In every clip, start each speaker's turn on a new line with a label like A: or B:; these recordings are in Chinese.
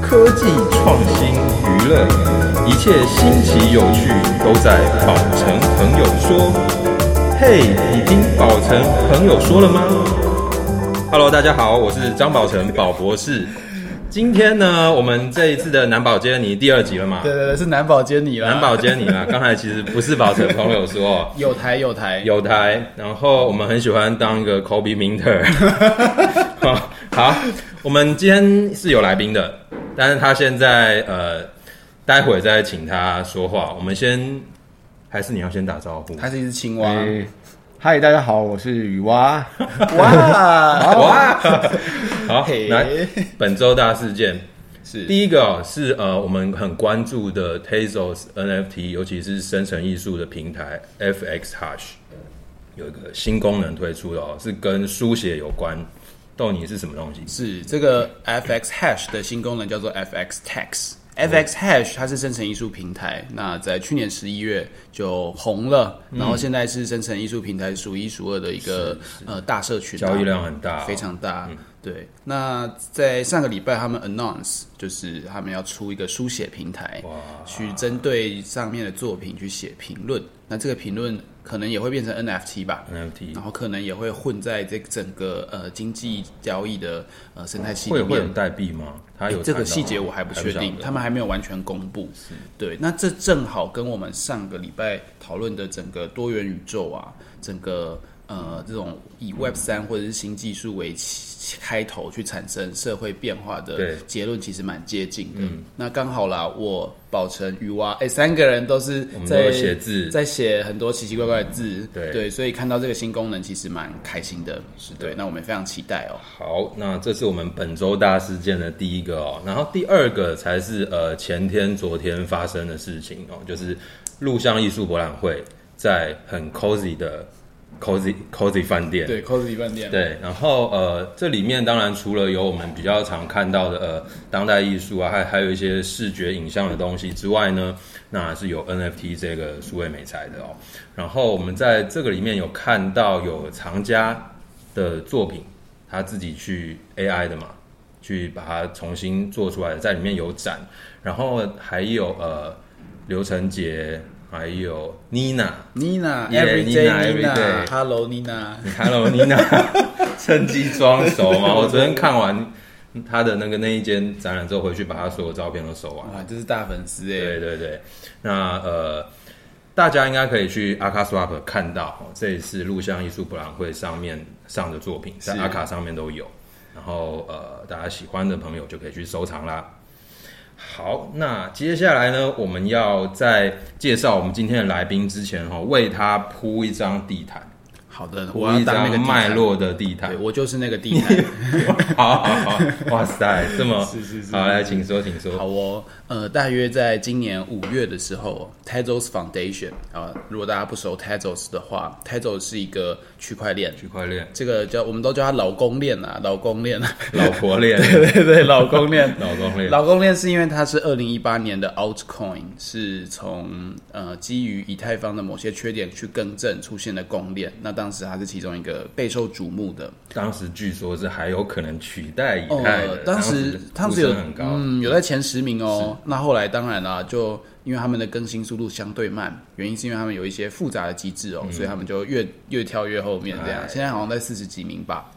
A: 科技、创新、娱乐，一切新奇有趣都在宝城朋友说。嘿，你听宝城朋友说了吗？Hello，大家好，我是张宝成宝博士。今天呢，我们这一次的南宝接你第二集了嘛？
B: 对对对，是南宝接你了。，
A: 南宝接你啦，刚才其实不是宝城朋友说
B: 有台有台，
A: 有台，然后我们很喜欢当一个 Kobe Minter。好好，我们今天是有来宾的，但是他现在呃，待会再请他说话。我们先，还是你要先打招呼？
B: 它是一只青蛙。
C: 哎嗨，大家好，我是雨蛙。
B: 哇，
A: 哇，好，
B: 嘿
A: 来本周大事件。
B: 是
A: 第一个哦、是呃，我们很关注的 Tezos NFT，尤其是生成艺术的平台 FX Hash 有一个新功能推出了哦，是跟书写有关。逗你是什么东西？
B: 是这个 FX Hash 的新功能叫做 FX Text。FX Hash 它是生成艺术平台，那在去年十一月就红了，
A: 嗯
B: 然后现在是生成艺术平台数一数二的一个呃大社群啊，
A: 交易量很大哦、
B: 非常大。对，那在上个礼拜他们 announce 就是他们要出一个书写平台，去针对上面的作品去写评论。那这个评论可能也会变成 NFT 吧，
A: NFT
B: 然后可能也会混在这整个呃经济交易的呃生态系
A: 会
B: 里
A: 会有
B: 面。
A: 代币吗？它
B: 诶
A: 有
B: 这个
A: 谈到
B: 细节
A: 吗
B: 我还不确定
A: 晓，得
B: 他们还没有完全公布。对，那这正好跟我们上个礼拜讨论的整个多元宇宙啊，整个呃这种以 Web 三或者是新技术为起开头去产生社会变化的
A: 对嗯
B: 结论，其实蛮接近的。那刚好啦，我宝成、雨蛙，哎，三个人都是
A: 我们都
B: 在
A: 有写字，
B: 在写很多奇奇怪怪的字，
A: 对
B: 所以看到这个新功能其实蛮开心的，是对。那我们也非常期待哦。
A: 好，那这是我们本周大事件的第一个哦，然后第二个才是呃前天、昨天发生的事情哦，就是录像艺术博览会在很 cozy 的 cozy cozy 饭店，
B: 对 c o s y 饭店，
A: 对，然后呃，这里面当然除了有我们比较常看到的呃当代艺术啊，还还有一些视觉影像的东西之外呢，那是有 NFT 这个数位美材的哦。然后我们在这个里面有看到有藏家的作品，他自己去 AI 的嘛，去把它重新做出来，在里面有展，然后还有呃刘成杰，还有 Nina。
B: Nina
A: Yeah,
B: every
A: Nina,
B: day
A: every day
B: Nina，Hello Nina，
A: Hello Nina，趁机装熟嘛。我昨天看完他的那个那一间展览之后，回去把他所有照片都收完。
B: 哇，这是大粉丝哎，
A: 对对对，那呃，大家应该可以去 a 卡 Swap 看到、哦、这一次录像艺术博览会上面上的作品，在
B: 是
A: 阿卡上面都有。然后呃，大家喜欢的朋友就可以去收藏啦。好，那接下来呢，我们要在介绍我们今天的来宾之前，哈、哦，为他铺一张地毯，
B: 好的，
A: 铺
B: 我要
A: 一
B: 当那个
A: 张
B: 地
A: 脉
B: 毯，
A: 络的地毯
B: 对。我就是那个地毯。
A: 好好好，哇塞，这么
B: 是是是
A: 好，来，请说，请说。
B: 好哦，呃，大约在今年五月的时候，Tezos Foundation 啊、如果大家不熟 Tezos 的话，Tezos 是一个区块链，
A: 区块链、
B: 这个叫我们都叫它老公链啊，老公链 啊，
A: 老婆链、
B: 对对对，老公链，
A: 老公链，
B: 老公链是因为它是二零一八年的 altcoin，是从呃基于以太坊的某些缺点去更正出现的公链。那当时它是其中一个备受瞩目的。
A: 当时据说是还有可能取代以太的，，
B: 呃当时当时有
A: 呼声很高，
B: 嗯，有在前十名哦。那后来当然啦、就因为他们的更新速度相对慢，原因是因为他们有一些复杂的机制哦，所以他们就越越跳越后面这样。
A: 嗯哎
B: 现在好像在四十几名吧。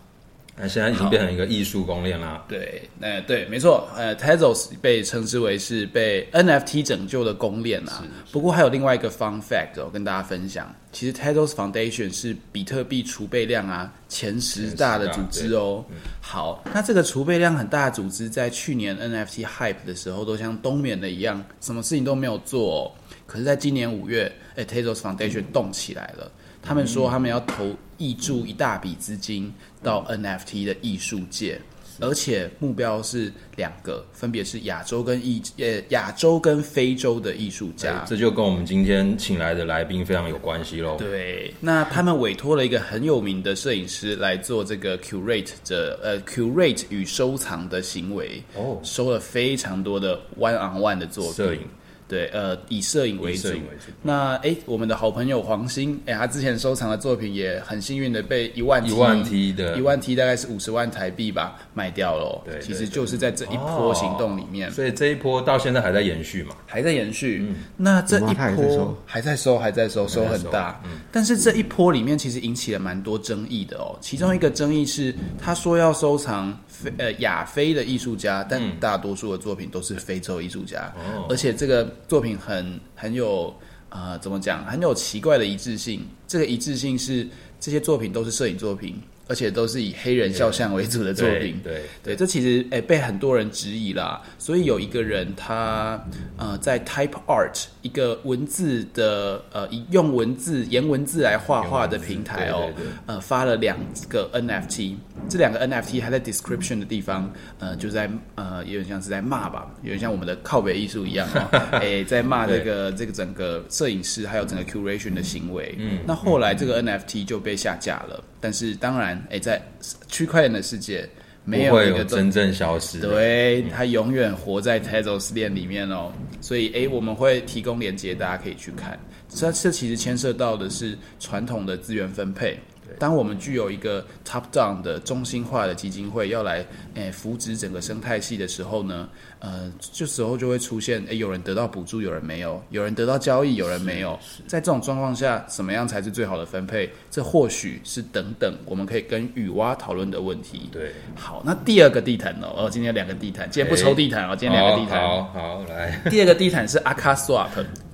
A: 那现在已经变成一个艺术公链啦。
B: 对，呃，对，没错，呃，Tezos 被称之为是被 NFT 拯救的公链啊。不过还有另外一个 fun fact 哦，跟大家分享，其实 Tezos Foundation 是比特币储备量啊前十大的组织哦。好，那这个储备量很大的组织，在去年 NFT hype 的时候，都像冬眠的一样，什么事情都没有做、哦。可是，在今年五月，哎、t e z o s Foundation 动起来了。他们说他们要投挹注一大笔资金到 NFT 的艺术界，而且目标是两个，分别是亚洲跟艺呃亚洲跟非洲的艺术家
A: 哎。这就跟我们今天请来的来宾非常有关系喽。
B: 对，那他们委托了一个很有名的摄影师来做这个 curate 的呃 curate 与收藏的行为，
A: 哦，
B: 收了非常多的 one on one 的作品。
A: 摄影
B: 对，呃，以摄影为
A: 以
B: 主。
A: 摄影为主
B: 那哎，我们的好朋友黄鑫，哎，他之前收藏的作品也很幸运的被一万
A: 一万 T 的
B: 一万 T 大概是五十万台币吧卖掉了哦。
A: 对
B: 其
A: 对哦
B: 实
A: 对
B: 就是在这一波行动里面。
A: 所以这一波到现在还在延续嘛？
B: 还在延续。那这
C: 嗯有
B: 一
C: 吗它还在
B: 波
C: 收
B: 还在收，还在收，收
A: 还在
B: 很
A: 收
B: 大。
C: 嗯
B: 但是这一波里面其实引起了蛮多争议的哦。其中一个争议是，他说要收藏非呃亚非的艺术家，但
C: 嗯
B: 大多数的作品都是非洲艺术家，
C: 哦
B: 而且这个作品很很有。呃，怎么讲？很有奇怪的一致性。这个一致性是这些作品都是摄影作品，而且都是以黑人肖像为主的作品。
A: 对，
B: 对，这其实诶、被很多人质疑啦，所以有一个人他呃在 Type Art 一个文字的呃以用文字言文字来画画的平台哦，
A: 对对对
B: 呃发了两个 NFT，这两个 NFT 还在 description 的地方呃就在呃有点像是在骂吧，有点像我们的靠北艺术一样哦，诶、在骂这个这个整个摄影师还有整个 curation 的行为，嗯，那后来这个 NFT 就被下架了，但是当然诶、在区块链的世界。没
A: 不会
B: 有一
A: 有
B: 个
A: 真正消失的。
B: 对，它永远活在 Tezos 链里面哦。所以，诶，我们会提供链接，大家可以去看。这这其实牵涉到的是传统的资源分配。当我们具有一个 top down 的中心化的基金会要来，诶、扶植整个生态系的时候呢，呃，这时候就会出现，诶、有人得到补助，有人没有；有人得到交易，有人没有。在这种状况下，什么样才是最好的分配？这或许是等等我们可以跟雨蛙讨论的问题。
A: 对，
B: 好，那第二个地毯哦，哦，今天有两个地毯，今天不抽地毯哦，今天两个地毯。
A: 好好哎好来，
B: 第二个地毯是 Aka Swap。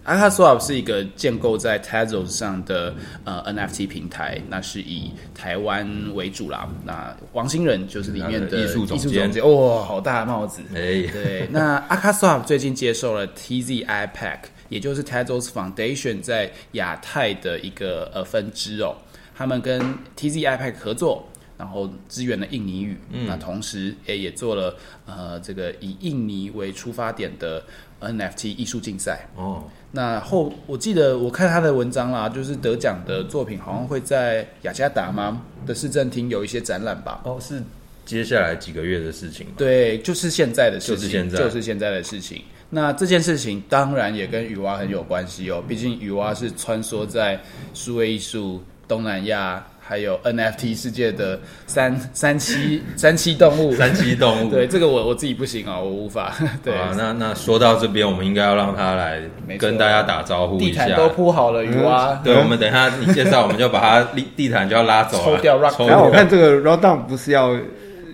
B: Aka Swap 是一个建构在 Tezos 上的呃 NFT 平台，那是以台湾为主啦。那王星仁就是里
A: 那
B: 面的
A: 呃个艺术总监
B: 监，哦，好大的帽子。
A: 哎，
B: 对，那 Akaswap 最近接受了 TZ IPAC，也就是 Tezos Foundation 在亚太的一个呃分支哦，他们跟 TZ IPAC 合作。然后支援了印尼语，
A: 嗯
B: 那同时也也做了呃这个以印尼为出发点的呃 NFT 艺术竞赛，
A: 哦，
B: 那后我记得我看他的文章啦，就是得奖的作品好像会在雅加达吗的市政厅有一些展览吧？
A: 哦是接下来几个月的事情嘛？
B: 对，就是现在的事情，
A: 就是现在
B: 就是现在的事情。那这件事情当然也跟雨蛙很有关系哦，毕竟雨蛙是穿梭在数位艺术、东南亚还有 NFT 世界的三三栖三栖动物。
A: 三栖动物。
B: 对，这个我我自己不行哦，我无法。 对，
A: 啊，那那说到这边，我们应该要让他来
B: 没错
A: 跟大家打招呼
B: 地
A: 一下嗯
B: 毯。都铺好了，雨蛙。
A: 对，我们等一下你介绍，我们就把他地地毯就要拉走了，
B: 抽掉 rock
A: 抽
C: 然后我
A: 掉。
C: 看这个 round down 不是要，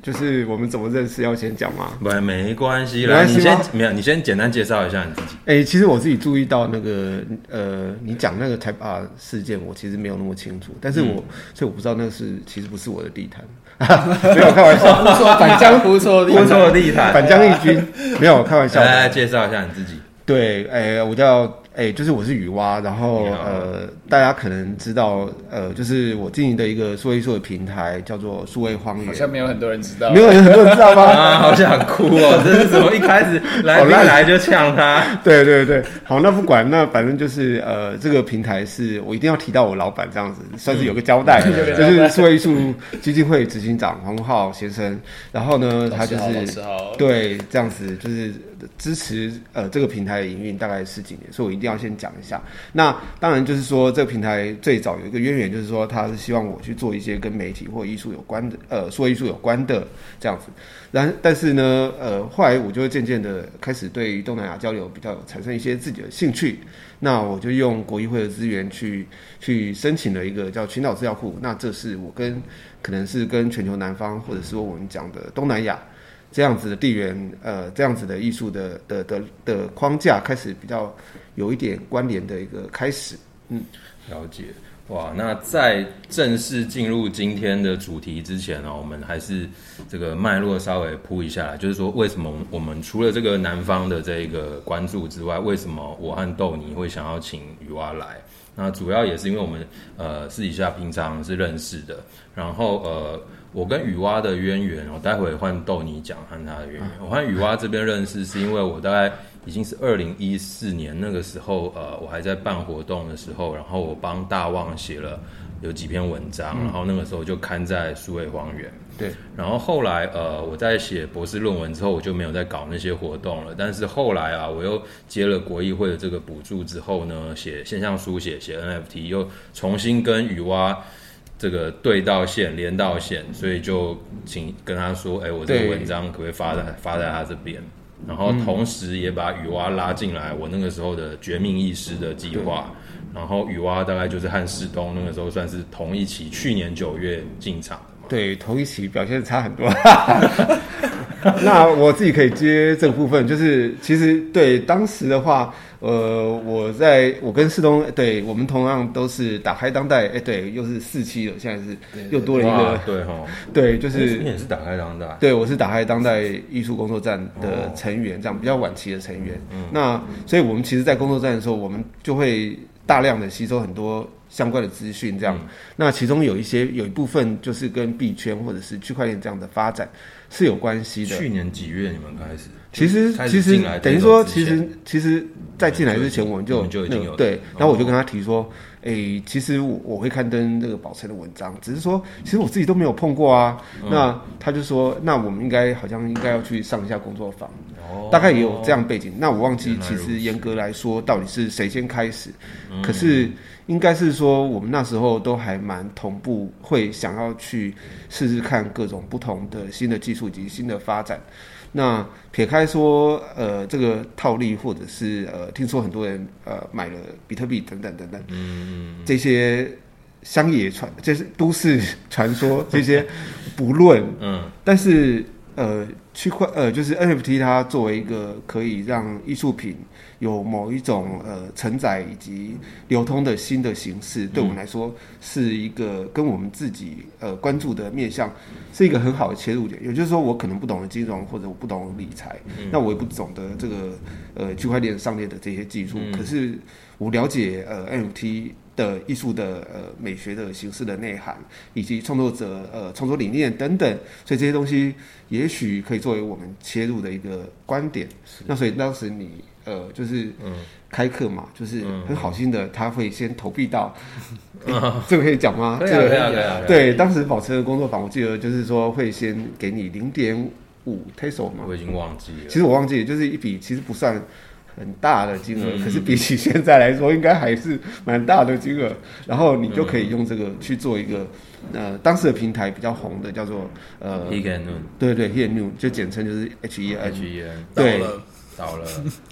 C: 就是我们怎么认识要先讲吗？
A: 不，没关系
C: 没
A: 啦，
C: 关系
A: 你先
C: 吗
A: 没有，你先简单介绍一下你自己。
C: 哎、其实我自己注意到那个呃，你讲那个 Type R 事件，我其实没有那么清楚，但是我、所以我不知道那个是其实不是我的地摊， 没有开玩笑，
B: 不错，反江湖错
A: 不错，地毯，
C: 反将一军，没有开玩笑
A: 来
C: 的。
A: 来介绍一下你自己。
C: 对，哎、我叫哎、就是我是雨蛙，然后
A: 你好
C: 呃，大家可能知道，呃，就是我经营的一个数位数的平台叫做数位荒
B: 好
C: 野，
B: 像没有很多人知道。
C: 没有很多人知道吗？
A: 啊，好想哭哦！这是怎么一开始来
C: 好
A: 宾
C: 烂
A: 来就呛他？
C: 对对对，好，那不管，那反正就是呃，这个平台是我一定要提到我老板这样子，算是有个交代，
B: 嗯有个
C: 就
B: 交代
C: 是数位数基金会执行长黄浩先生，然后呢，他就
B: 老师好老师
C: 是
B: 好
C: 对这样子就是支持呃这个平台的营运大概十几年，所以我一定要先讲一下。那当然就是说这个平台最早有一个渊源，就是说他是希望我去做一些跟媒体或艺术有关的呃说艺术有关的这样子。然但是呢，呃，后来我就渐渐的开始对于东南亚交流比较有产生一些自己的兴趣。那我就用国议会的资源去去申请了一个叫群岛资料库。那这是我跟可能是跟全球南方，或者说我们讲的东南亚这样子的地缘，呃，这样子的艺术的的的的框架开始比较有一点关联的一个开始。
A: 了解哇！那在正式进入今天的主题之前哦呢、我们还是这个脉络稍微铺一下来，就是说为什么我们除了这个南方的这个关注之外，为什么我和豆泥会想要请雨蛙来？那主要也是因为我们呃私底下平常是认识的，然后呃我跟雨蛙的渊源，我待会换豆泥讲和他的渊源。我和雨蛙这边认识是因为我大概已经是二零一四年那个时候，呃我还在办活动的时候，然后我帮大旺写了有几篇文章，然后那个时候就刊在数位荒原。
C: 对，
A: 然后后来呃，我在写博士论文之后，我就没有再搞那些活动了。但是后来啊，我又接了国议会的这个补助之后呢，写现象书写写 NFT，又重新跟雨蛙这个对到线连到线，所以就请跟他说，哎，我这
C: 对
A: 个文章可不可以发在发在他这边？然后同时也把雨蛙拉进来，我那个时候的绝命医师的计划。然后雨蛙大概就是和世东那个时候算是同一期，去年九月进场的嘛。
C: 对，同一期表现差很多。 那我自己可以接这个部分，就是其实对当时的话，呃，我在我跟世东，对我们同样都是打开当代，哎，对，又是四期了，现在是又多了一
A: 哇
C: 个，
A: 对哈，
C: 对，
A: 就
C: 就
A: 是
C: 是
A: 哎你也是打开当大，
C: 对，我是打开当代艺术工作站的成员，这样比较晚期的成员。那所以我们其实，在工作站的时候，我们就会大量的吸收很多相关的资讯，这样。那其中有一些有一部分就是跟币圈或者是区块链这样的发展是有关系的。
A: 去年几月你们开始？
C: 其实
A: 开
C: 其
A: 始
C: 实
A: 进来这
C: 等于
A: 种
C: 说，
A: 之
C: 其
A: 前
C: 实其实，在进来之前，我
A: 我
C: 们
A: 们
C: 就
A: 就已经我们就已经
C: 那个
A: 有
C: 对
A: 了，哦
C: 然后我就跟他提说，诶，其实我我会刊登这个宝成的文章，只是说，其实我自己都没有碰过啊。
A: 嗯
C: 那他就说，那我们应该好像应该要去上一下工作坊，
A: 哦
C: 大概也有这样背景。那我忘记，
A: 原来
C: 其
A: 如嗯
C: 实严格来说，到底是谁先开始？可是应该是说，我们那时候都还蛮同步，会想要去试试看各种不同的新的技术以及新的发展。那撇开说，呃，这个套利或者是呃，听说很多人呃买了比特币等等等等，嗯，这些乡野传，这是都市传说，这些 不论，
A: 嗯，
C: 但是呃，区块呃，就是 NFT 它作为一个可以让艺术品有某一种呃承载以及流通的新的形式，对我们来说是一个跟我们自己呃关注的面向是一个很好的切入点。也就是说，我可能不懂得金融或者我不懂得理财，
A: 嗯
C: 那我也不懂得这个呃区块链上面的这些技
A: 嗯
C: 术，可是我了解呃 NFT。的艺术的呃美学的形式的内涵，以及创作者呃创作理念等等，所以这些东西也许可以作为我们切入的一个观点。那所以当时你呃就是
A: 嗯
C: 开课嘛，就是很好心的，他会先投 币到，诶这个可以讲吗？
A: 可以
C: 这
A: 啊
C: 个
A: 可以啊可以啊可以啊
C: 对，当时保持的工作坊，我记得就是说会先给你零点五 Tesla 嘛，
A: 我已经忘记了
C: 其。实我忘记，了，就是一笔其实不算很大的金额，
B: 嗯
C: 可是比起现在来说，应该还是蛮大的金额。然后你就可以用这个去做一个，
B: 嗯
C: 呃，当时的平台比较红的叫做呃，
A: He can do
C: 对对 h e n e w 就简称就是 H E N。
A: H E N
B: 到
C: 对
B: 了
A: 倒了，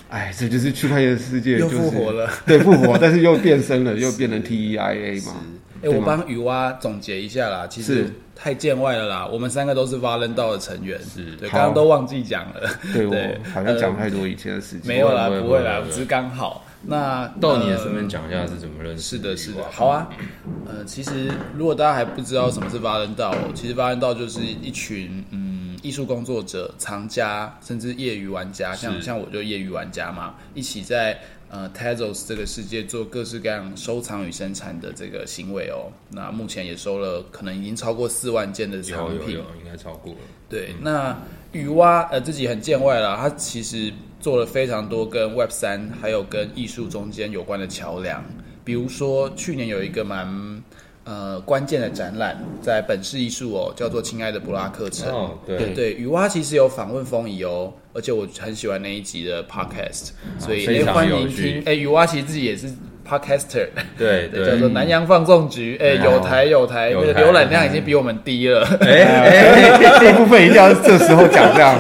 C: 哎，这就是区块链世界，
B: 又
C: 就是
B: 复活了，
C: 对，复活，但是又变身了，又 变成 T E I A 嘛。
B: 哎、我帮雨蛙总结一下啦，其实
C: 是
B: 太见外了啦，我们三个都是 Valentine 的成员，
A: 是
B: 对，
C: 好
B: 刚刚都忘记讲了，
C: 对
B: 对呃
C: 我好像讲太多以前的事情，
B: 没有啦，
A: 不会
B: 不
A: 不会
B: 会啦
A: 不，会
B: 只是刚好。那
A: 到你
B: 呃
A: 的身份讲一下是怎么认识
B: 是的，是的，
A: 吧
B: 好啊。
A: 嗯
B: 呃，其实如果大家还不知道什么是八人道，其实八人道就是一群嗯艺术工作者、藏家，甚至业余玩家，像像我就业余玩家嘛，一起在呃 Tezos 这个世界做各式各样收藏与生产的这个行为哦。那目前也收了，可能已经超过四万件的藏
A: 有有
B: 品。
A: 有，应该超过了。
B: 对，
A: 嗯
B: 那雨蛙呃自己很见外啦，他其实做了非常多跟 Web 三还有跟艺术中间有关的桥梁，比如说去年有一个蛮呃关键的展览在本市艺术哦，叫做《亲爱的布拉克城》。
A: 哦，
C: 对
A: 对，
B: 对，雨蛙其实有访问风仪哦，而且我很喜欢那一集的 podcast，、所以
A: 哦非
B: 哎
A: 常
B: 欢
A: 有
B: 迎
A: 趣
B: 听。哎，雨蛙其实自己也是 podcaster，
A: 对
B: 对， 叫做
A: 对。
B: 南洋放送局。哎，有台有台，
A: 有
B: 那个
A: 台
B: 浏览量已经比我们低了。
A: 哎 哎，
C: 这部分一定要这时候讲，这样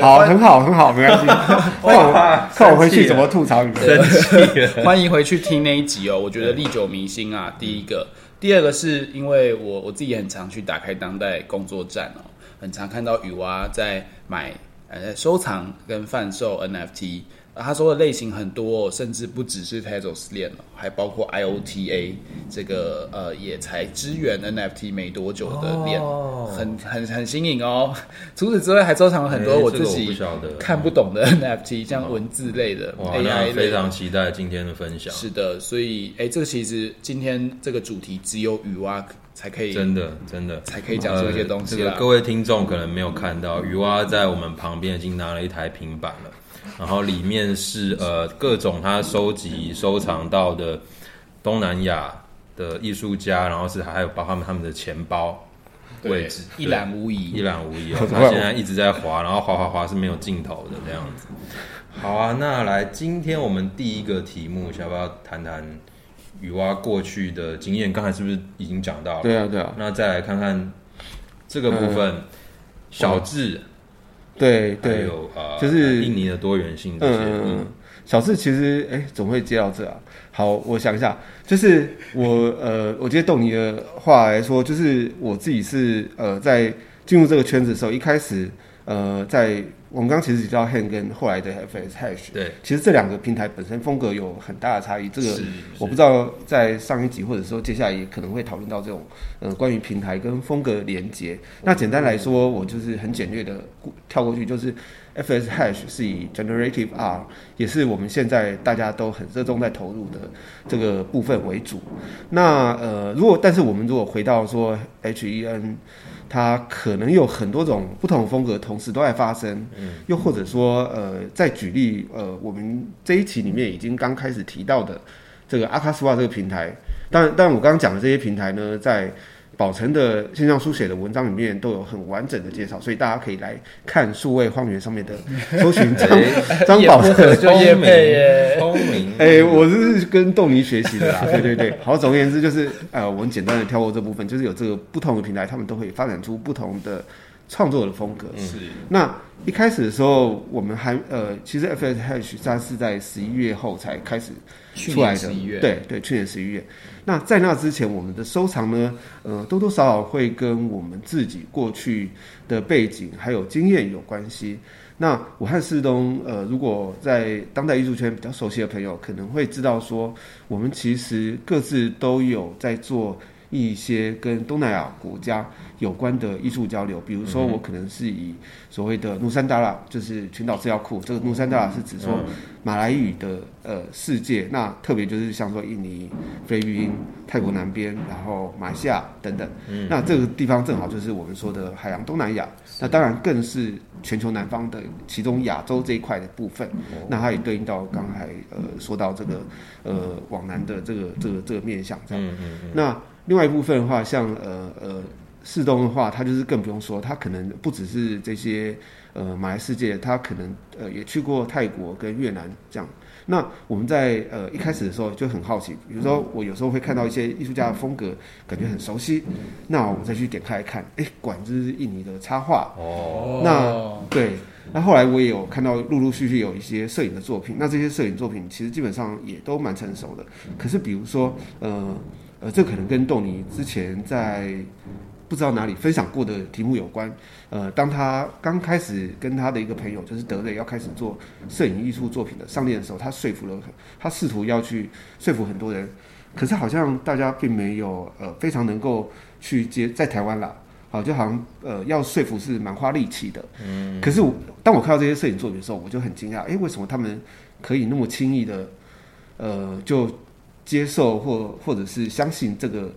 C: 好，很好，很好，没关系。看我看我回去怎么吐槽你们。。
A: 生气 了。
B: 欢迎回去听那一集哦，我觉得历久弥新啊。第一个，第二个是因为我我自己也很常去打开当代工作站哦，很常看到雨蛙在买呃在收藏跟贩售 NFT，呃他说的类型很多、哦，甚至不只是 Tezos 链哦，还包括 IOTA 这个呃也才支援 NFT 没多久的链，
A: 哦
B: 很很很新颖哦。除此之外，还收藏了很多
A: 哎
B: 我
A: 这
B: 自
A: 个我
B: 己
A: 不晓得哦
B: 看不懂的 NFT，像文字类的、
A: 哇，那
B: AI 类
A: 非
B: 的
A: 常期待今天的分享，
B: 是的，所以哎、这个其实今天这个主题只有雨蛙才可以，
A: 真的真的
B: 才可以讲出一些东西
A: 呃这
B: 啦
A: 个各位听众可能没有看到，雨蛙在我们旁边已经拿了一台平板了，然后里面是呃各种他收集收藏到的东南亚的艺术家，然后是还有包括他们他们的钱包。位置，
B: 一览无遗。
A: 一览无遗、 哦他现在一直在滑，然后滑滑滑是没有尽头的这样子。好啊，那来今天我们第一个题目，想不要谈谈雨蛙过去的经验？刚才是不是已经讲到了？
C: 对啊，对啊，
A: 那再来看看这个部分，小智
C: 嗯对
A: 还
C: 对，
A: 有呃，
C: 就是
A: 印尼的多元性这些。
C: 嗯，嗯，小智其实哎、总会接到这啊。好，我想一下，就是我呃，我接动你的话来说，就是我自己是呃，在进入这个圈子的时候，一开始呃，在我们刚刚其实提到 Hand 跟后来的 FS Hash，
A: 对，
C: 其实这两个平台本身风格有很大的差异，这个
A: 是
C: 我不知道在上一集或者说接下来也可能会讨论到这种呃关于平台跟风格的连接。那简单来说，我就是很简略的跳过去，就是 FS Hash 是以 Generative R，也是我们现在大家都很热衷在投入的这个部分为主。那呃，如果但是我们如果回到说 HEN。它可能有很多种不同的风格同时都在发生，嗯、又或者说，呃，再举例，呃，我们这一期里面已经刚开始提到的这个阿卡斯瓦这个平台，当然，当然我刚刚讲的这些平台呢，在宝城的线上书写的文章里面都有很完整的介绍，所以大家可以来看数位荒原上面的搜寻 张张宝
B: 也
C: 城
B: 不合就业
A: 聪
B: 配耶
A: 明，聪明。
C: 哎、我是跟豆泥学习的啦，对对对。好，总而言之就是，呃，我们简单的跳过这部分，就是有这个不同的平台，他们都会发展出不同的创作的风格。
B: 是
C: 那一开始的时候，我们还呃，其实 FS Hash 它是在十一月后才开始
B: 去
C: 出来
B: 年
C: 的，
B: 十一月，，
C: 对对，去年十一月。那在那之前，我们的收藏呢，呃，多多少少会跟我们自己过去的背景还有经验有关系。那我和世东，呃，如果在当代艺术圈比较熟悉的朋友，可能会知道说，我们其实各自都有在做一些跟东南亚国家有关的艺术交流。比如说，我可能是以所谓的努山达拉，就是群岛资料库，这个努山达拉是指说马来语的呃世界，那特别就是像说印尼、菲律宾、泰国南边，然后马来西亚等等。
A: 嗯
C: 那这个地方正好就是我们说的海洋东南亚，那当然更是全球南方的其中亚洲这一块的部分。
A: 哦
C: 那它也对应到刚才呃说到这个呃往南的这个这个这个面向这样。
A: 嗯嗯
C: 那另外一部分的话，像呃呃四东的话，它就是更不用说，它可能不只是这些呃马来世界，它可能呃也去过泰国跟越南这样。那我们在呃一开始的时候就很好奇，比如说我有时候会看到一些艺术家的风格，感觉很熟悉，那我再去点开来看，哎，管这是印尼的插画，
A: 哦，
B: 哦，
C: 对，那后来我也有看到陆陆续续有一些摄影的作品，那这些摄影作品其实基本上也都蛮成熟的。可是比如说，呃呃，这可能跟豆泥之前在不知道哪里分享过的题目有关。呃，当他刚开始跟他的一个朋友就是德瑞要开始做摄影艺术作品的上链的时候，他说服了很，他试图要去说服很多人，可是好像大家并没有呃非常能够去接在台湾啦。好，就好像呃，要说服是蛮花力气的。嗯。可是我当我看到这些摄影作品的时候，我就很惊讶，诶，为什么他们可以那么轻易的，呃，就接受或或者是相信这个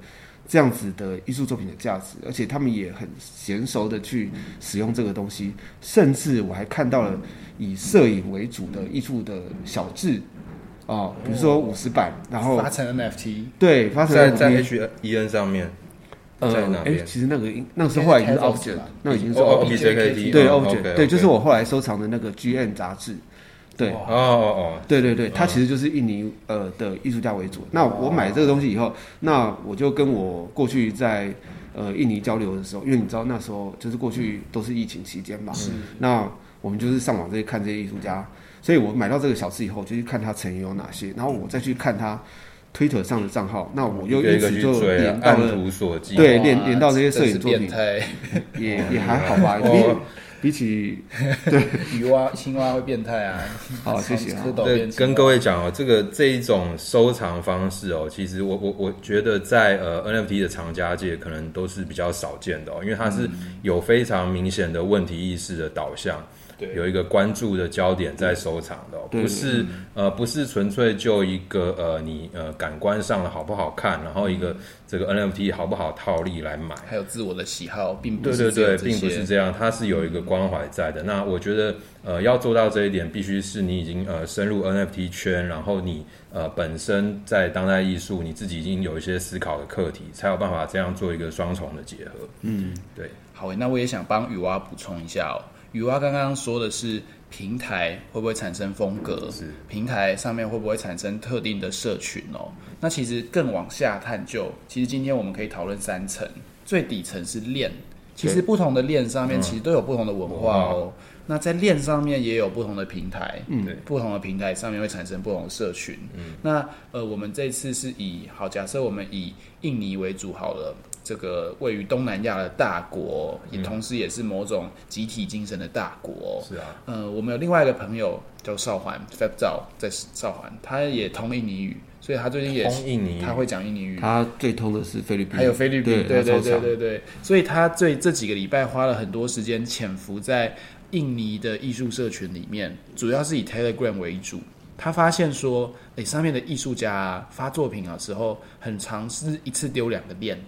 C: 这样子的艺术作品的价值，而且他们也很娴熟的去使用这个东西，甚至我还看到了以摄影为主的艺术的小志啊、比如说五十版，然后
B: 发成 NFT，
C: 对发生
A: 哦在
C: 五
A: 在
C: 年
A: H E N 上面，
C: 呃，
A: 在哪
C: 诶
A: 边
C: 其实那个应那时候后来已经是
B: 应该是
C: object，
B: Tezos
C: 了那已经是
A: 哦，O
C: object，
A: P J K T，
C: 对
A: OK，
C: object，对，就是我后来收藏的那个 GM 杂志，对
A: 哦。哦
C: 对对对，它其实就是印尼呃的艺术家为主。那我买这个东西以后，那我就跟我过去在呃印尼交流的时候，因为你知道那时候就是过去都是疫情期间嘛，
A: 嗯
C: 那我们就是上网这些看这些艺术家，所以我买到这个小吃以后，就去看他成员有哪些，然后我再去看他推特上的账号，那
A: 哦，
C: 我又
A: 一
C: 因
A: 个
C: 此
A: 去
C: 就
A: 追
C: 连
A: 啊，
C: 到
A: 按
C: 了，
A: 图索骥，
C: 对
B: 哇
C: 连连到这些摄
B: 真
C: 影
B: 是
C: 作品
B: 变态，
C: 也
B: 嗯
C: 也还好吧，
A: 哦
C: 比比起
B: 鱼蛙、青蛙会变态啊！
C: 好谢谢啊
B: 蝌蚪
A: 对
B: 变，
A: 跟各位讲哦，这个这一种收藏方式哦，其实我我我觉得在呃 NFT 的藏家界可能都是比较少见的哦，因为它是
C: 嗯
A: 有非常明显的问题意识的导向，
B: 对
A: 有一个关注的焦点在收藏的、哦，
C: 对嗯
A: 不是呃不是纯粹就一个呃你呃感官上的好不好看，然后一
C: 嗯
A: 个这个 NFT 好不好套利来买。
B: 还有自我的喜好，并不
A: 对对
B: 是
A: 对，
B: 只有这
A: 并不是
B: 些
A: 这样，它是有一个关怀在的。那我觉得，呃，要做到这一点，必须是你已经呃深入 NFT 圈，然后你呃本身在当代艺术，你自己已经有一些思考的课题，才有办法这样做一个双重的结合。嗯，对，
B: 好诶，那我也想帮雨蛙补充一下哦。雨蛙刚刚说的是平台会不会产生风格，
A: 是
B: 平台上面会不会产生特定的社群哦？那其实更往下探究，其实今天我们可以讨论三层，最底层是链，其实不同的链上面其实都有不同嗯的文化哦。那在链上面也有不同的平台，嗯
A: 对
B: 不同的平台上面会产生不同的社群。嗯，那呃，我们这次是以好，假设我们以印尼为主好了，这个位于东南亚的大国，也同时也是某种集体精神的大国哦、
A: 是啊，
B: 呃，我们有另外一个朋友叫邵环 f a b 赵在邵环，他也通印尼语，所以他最近也
A: 通印尼
B: 他会讲印尼语，
C: 他最通的是菲律宾，
B: 还有菲律宾，对对
C: 对他超
B: 对
C: 强
B: 对对，所以他最这几个礼拜花了很多时间潜伏在印尼的艺术社群里面，主要是以 Telegram 为主。他发现说，诶、上面的艺术家、啊、发作品啊时候，很常是一次丢两个链，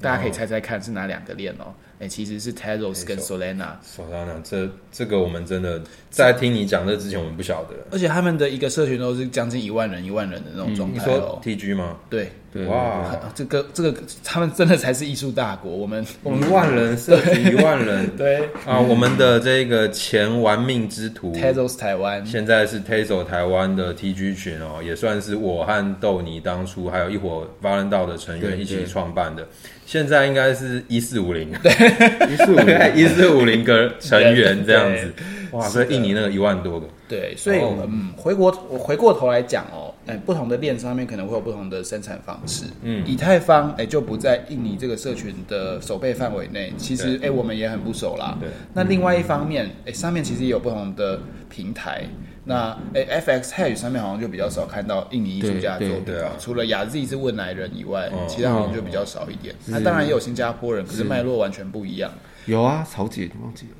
B: 大家可以猜猜看是哪两个链哦？诶、其实是 Telos 跟 Solana。
A: Solana，这这个我们真的在听你讲这之前，我们不晓得。
B: 而且他们的一个社群都是将近一万人、一万人的那种状
A: 嗯你
B: 态哦
A: 说。TG 吗？
B: 对，
C: 对
A: 哇，
B: 啊这个这个，他们真的才是艺术大国。我们
A: 我们一万人涉及一万 人
B: 对
A: 啊！我们的这个前玩命之 徒
B: Tezos 台湾
A: 现在是 Tazo 台湾的 TG 群哦，也算是我和豆泥当初还有一伙 Valendal 的成员
C: 对
A: 一起
C: 对
A: 创办的。现在应该是一四五零，
C: 一四五
A: 大概
C: 零
A: 一四五零个成员这样子。哇，
B: 是
A: 所
B: 的
A: 以印尼那个一万多个，
B: 对，所以、
A: 哦
B: 嗯，回国我回过头来讲哦，哎，不同的链上面可能会有不同的生产方式。嗯，以太坊哎就不在印尼这个社群的守备范围内，其实哎我们也很不熟啦。
A: 对，
B: 那另外一方面，哎上面其实也有不同的平台。那哎 FX h a 上面好像就比较少看到印尼艺术家的
C: 对
B: 作
C: 对
B: 品
A: 对啊
B: 啊，除了雅 Z 是汶莱人以外，
A: 哦嗯
B: 其他好像就比较少一点。那、当然也有新加坡人，可是脉络完全不一样。
C: 有啊，曹姐你忘记了。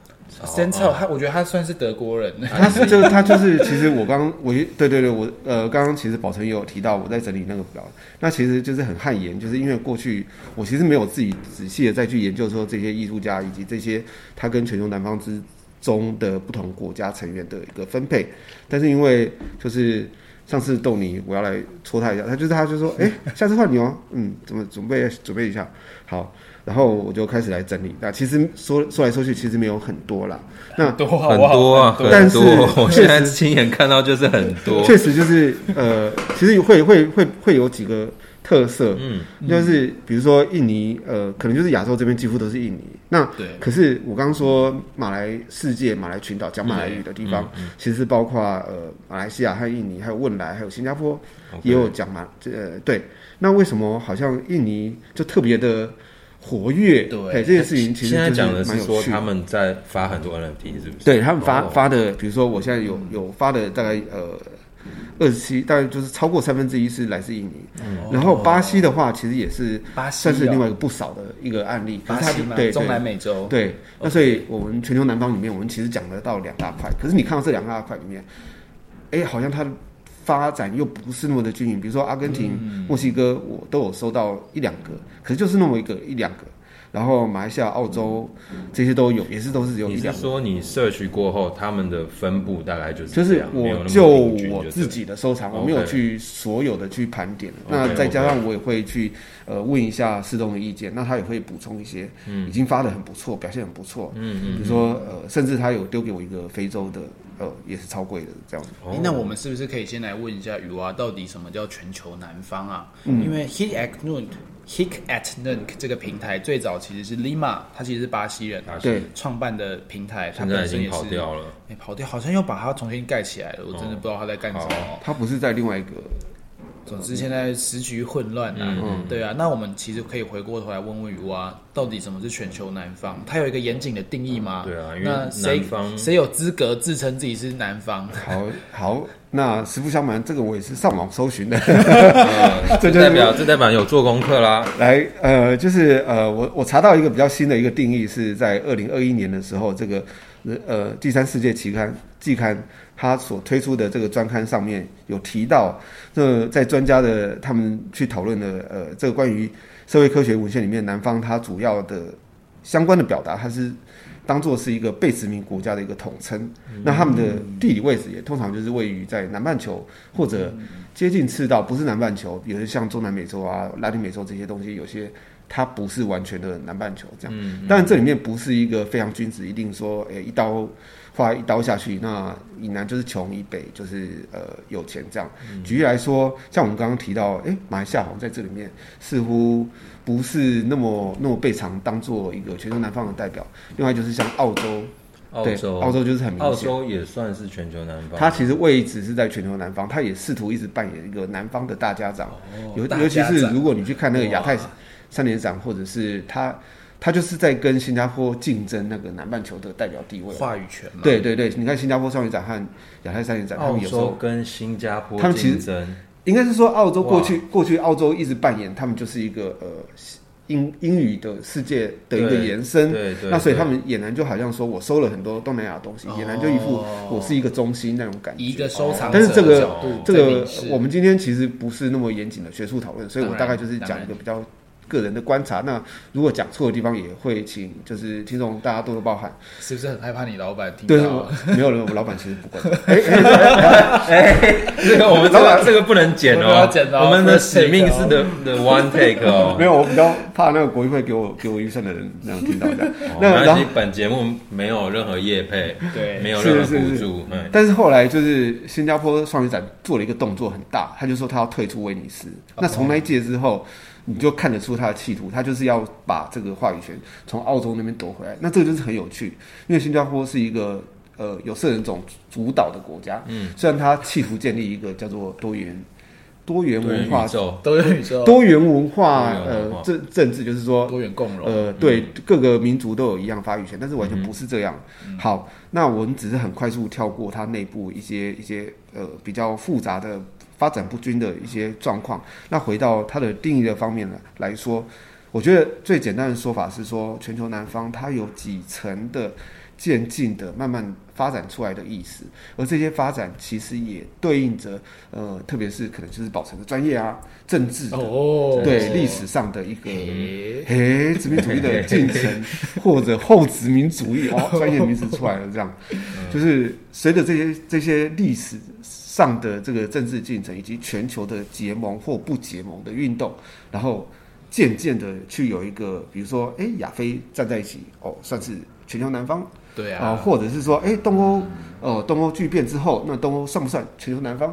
A: 哦
B: Central 他我觉得他算是德国人，
C: 他是这个，他就是其实我刚我对对对，我呃刚刚其实宝成也有提到，我在整理那个表，那其实就是很汗颜，就是因为过去我其实没有自己仔细的再去研究说这些艺术家以及这些他跟全球南方之中的不同国家成员的一个分配，但是因为就是。上次逗你，我要来戳他一下，他就是他就说，哎、下次换你哦，嗯，怎么准备准备一下，好，然后我就开始来整理。那其实说说来说去，其实没有很多啦，那
B: 很多好
A: 很
B: 不好
A: 多啊，
C: 但
A: 很
C: 是
A: 多。我现
C: 确
A: 在亲眼看到就是很多，
C: 确实就是 呃，其实会会会会有几个特色，
A: 嗯，
C: 就是比如说印尼，呃，可能就是亚洲这边几乎都是印尼。那
B: 对
C: 可是我刚刚说马来世界、马来群岛讲马来语的地方，
A: 嗯
C: 其实包括呃马来西亚和印尼，还有汶莱，还有新加坡
A: OK
C: 也有讲马，呃对。那为什么好像印尼就特别的活跃？
B: 对
C: 嘿这件事情其实
A: 现在
C: 就是
A: 讲的
C: 蛮
A: 是
C: 有
A: 说
C: 趣的
A: 他们在发很多 NFT，是不是？
C: 对他们发、
A: 哦
C: 发的，比如说我现在有
B: 嗯
C: 有发的大概呃二十七，大概就是超过三分之一是来自印尼，
B: 嗯
C: 然
B: 哦
C: 后巴西的话其实也是
B: 巴西
C: 算是
B: 哦
C: 另外一个不少的一个案例，
B: 巴
C: 可是
B: 西
C: 它
B: 嘛，
C: 对
B: 中南
C: 对
B: 美洲，
C: 对，那所以我们全球南方里面，我们其实讲得到两大块，可是你看到这两大块里面，哎，好像它的发展又不是那么的均匀，比如说阿根廷、
B: 嗯
C: 墨西哥，我都有收到一两个，可是就是那么一个一两个。然后马来西亚、澳洲
B: 嗯
C: 这些都有，也是都是只有一
A: 你是
C: 两个。
A: 说你摄取过后，他们的分布大概就是
C: 就
A: 这
C: 是
A: 样啊没有那
C: 我
A: 么
C: 就
A: 平均
C: 我
A: 就
C: 自
A: 对
C: 己的收藏，
A: OK
C: 我没有去所有的去盘点。
A: OK，
C: 那再加上我也会去呃问一下四东的意见，那他也会补充一些，
A: 嗯
C: 已经发的很不错，表现很不错，嗯嗯，比如说呃，甚至他有丢给我一个非洲的，呃，也是超贵的这样子。
A: 哦
B: 诶那我们是不是可以先来问一下雨蛙，到底什么叫全球南方啊？
A: 嗯
B: 因为 Hit at Noon。Hik at Nunk 这个平台最早其实是 Lima，他其实是巴西人啊
A: 巴西
C: 对
B: 创办的平台，他
A: 现在
B: 本
A: 已
B: 身
A: 经
B: 也
A: 跑
B: 是
A: 掉 哦了。
B: 诶跑掉，好像又把它重新盖起来了，我真的不知道他在干什么。
C: 他不是在另外一个，
B: 总之现在时局混乱啊，
A: 嗯
B: 对啊。那我们其实可以回过头来问问雨蛙，到底什么是全球南方？它有一个严谨的定义吗？
A: 对啊因为
B: 那谁
A: 南方
B: 谁有资格自称自己是南方？
C: 好好，那实不相瞒，这个我也是上网搜寻的。
A: 这
C: 这就是
A: 代表这代表有做功课啦。
C: 来，呃，就是呃，我我查到一个比较新的一个定义，是在二零二一年的时候，这个呃第三世界期刊季刊它所推出的这个专刊上面有提到，这在专家的他们去讨论的呃这个关于社会科学文献里面，南方它主要的相关的表达，它是当做是一个被殖民国家的一个统称。那他们的地理位置也通常就是位于在南半球或者接近赤道，不是南半球，有些像中南美洲啊、拉丁美洲这些东西，有些它不是完全的南半球这样。
A: 嗯
C: 当然，这里面不是一个非常均值，一定说，诶、一刀划一刀下去，那以南就是穷，以北就是呃有钱这样。
A: 嗯
C: 举例来说，像我们刚刚提到，诶、马来西亚好像在这里面似乎不是那么那么被常当做一个全球南方的代表。另外就是像澳洲，
A: 澳
C: 对，
A: 洲，
C: 澳洲就是很明
A: 澳
C: 显。
A: 洲也算是全球
B: 哦
A: 南方，
C: 它其实位置是在全球南方，它也试图一直扮演一个南方的大家长，尤、
B: 哦大
C: 尤其
B: 家
C: 是
B: 长
C: 如果你去看那个亚太
B: 哇
C: 三连长，或者是它，它就是在跟新加坡竞争那个南半球的代表地位。
B: 话语权嘛，
C: 啊对对对，你看新加坡少年长和亚太三连长，
B: 哦
C: 他
A: 澳
C: 们有时候
A: 洲跟新加坡
C: 他们其实
A: 竞争，
C: 应该是说澳洲过去过去澳洲一直扮演他们就是一个呃英英语的世界的一个
A: 对
C: 延伸，
A: 对对，
C: 那所以他
A: 对
C: 们俨然就好像说我收了很多东南亚的东西，俨然就一副
B: 哦
C: 我是一个中心那种感觉。
B: 以一个收藏者
C: 但是这个
B: 的角度
C: 这
B: 在
C: 个
B: 凝视
C: 我们今天其实不是那么严谨的学术讨论，所以我大概就是
B: 当
C: 讲
B: 然
C: 一个比较个人的观察。那如果讲错的地方，也会请就是听众大家多多包涵。
B: 是不是很害怕你老板听
C: 对，
B: 到
C: 我？没有人，我老板其实不 管。哎、
A: 这个我们这
C: 老
A: 个这个不能剪
B: 我们
A: 哦
B: 要，剪哦
A: 我们的
B: first take
A: 使命是
B: 哦
A: the the one take 哦
C: 没。有，我比较怕那个国议会给我给我预算的人那样听到这样。
A: 哦
C: 那
A: 没
C: 然
A: 关
C: 后
A: 系，本节目没有任何业配，
B: 对
A: 没有任
C: 是
A: 何补
C: 是
A: 助
C: 是，
A: 嗯，
C: 但是后来就是新加坡双鱼展做了一个动作很大，他就说他要退出威尼斯。那从那一届之后，你就看得出他的企图，他就是要把这个话语权从澳洲那边夺回来。那这个就是很有趣，因为新加坡是一个呃有色人种主导的国家，嗯，虽然他企图建立一个叫做多元多元
A: 对
C: 文
A: 宇
C: 化、
A: 宙
B: 多元宇宙，
C: 多元文化
A: 多元文化
C: 呃政政治，就是说
B: 多元共荣，
C: 呃，对，各个民族都有一样发语权，但是完
B: 嗯
C: 全不是这样。好，那我们只是很快速跳过它内部一些一些呃比较复杂的发展不均的一些状况。那回到它的定义的方面呢来说，我觉得最简单的说法是说，全球南方它有几层的渐进的慢慢发展出来的意思，而这些发展其实也对应着呃，特别是可能就是保存的专业啊、政治的
B: 哦，嗯
C: 对历史上的一个。
B: 诶，
C: 诶，殖民主义的进程，或者后殖民主义哦，专业名词出来了，这样，就是随着这些这些历史上的这个政治进程，以及全球的结盟或不结盟的运动，然后渐渐的去有一个，比如说，诶，亚非站在一起，哦，算是全球南方
B: 对
C: 啊、
B: 啊，
C: 或者是说，哎、东欧，呃，东欧巨变之后，那东欧算不算全球南方？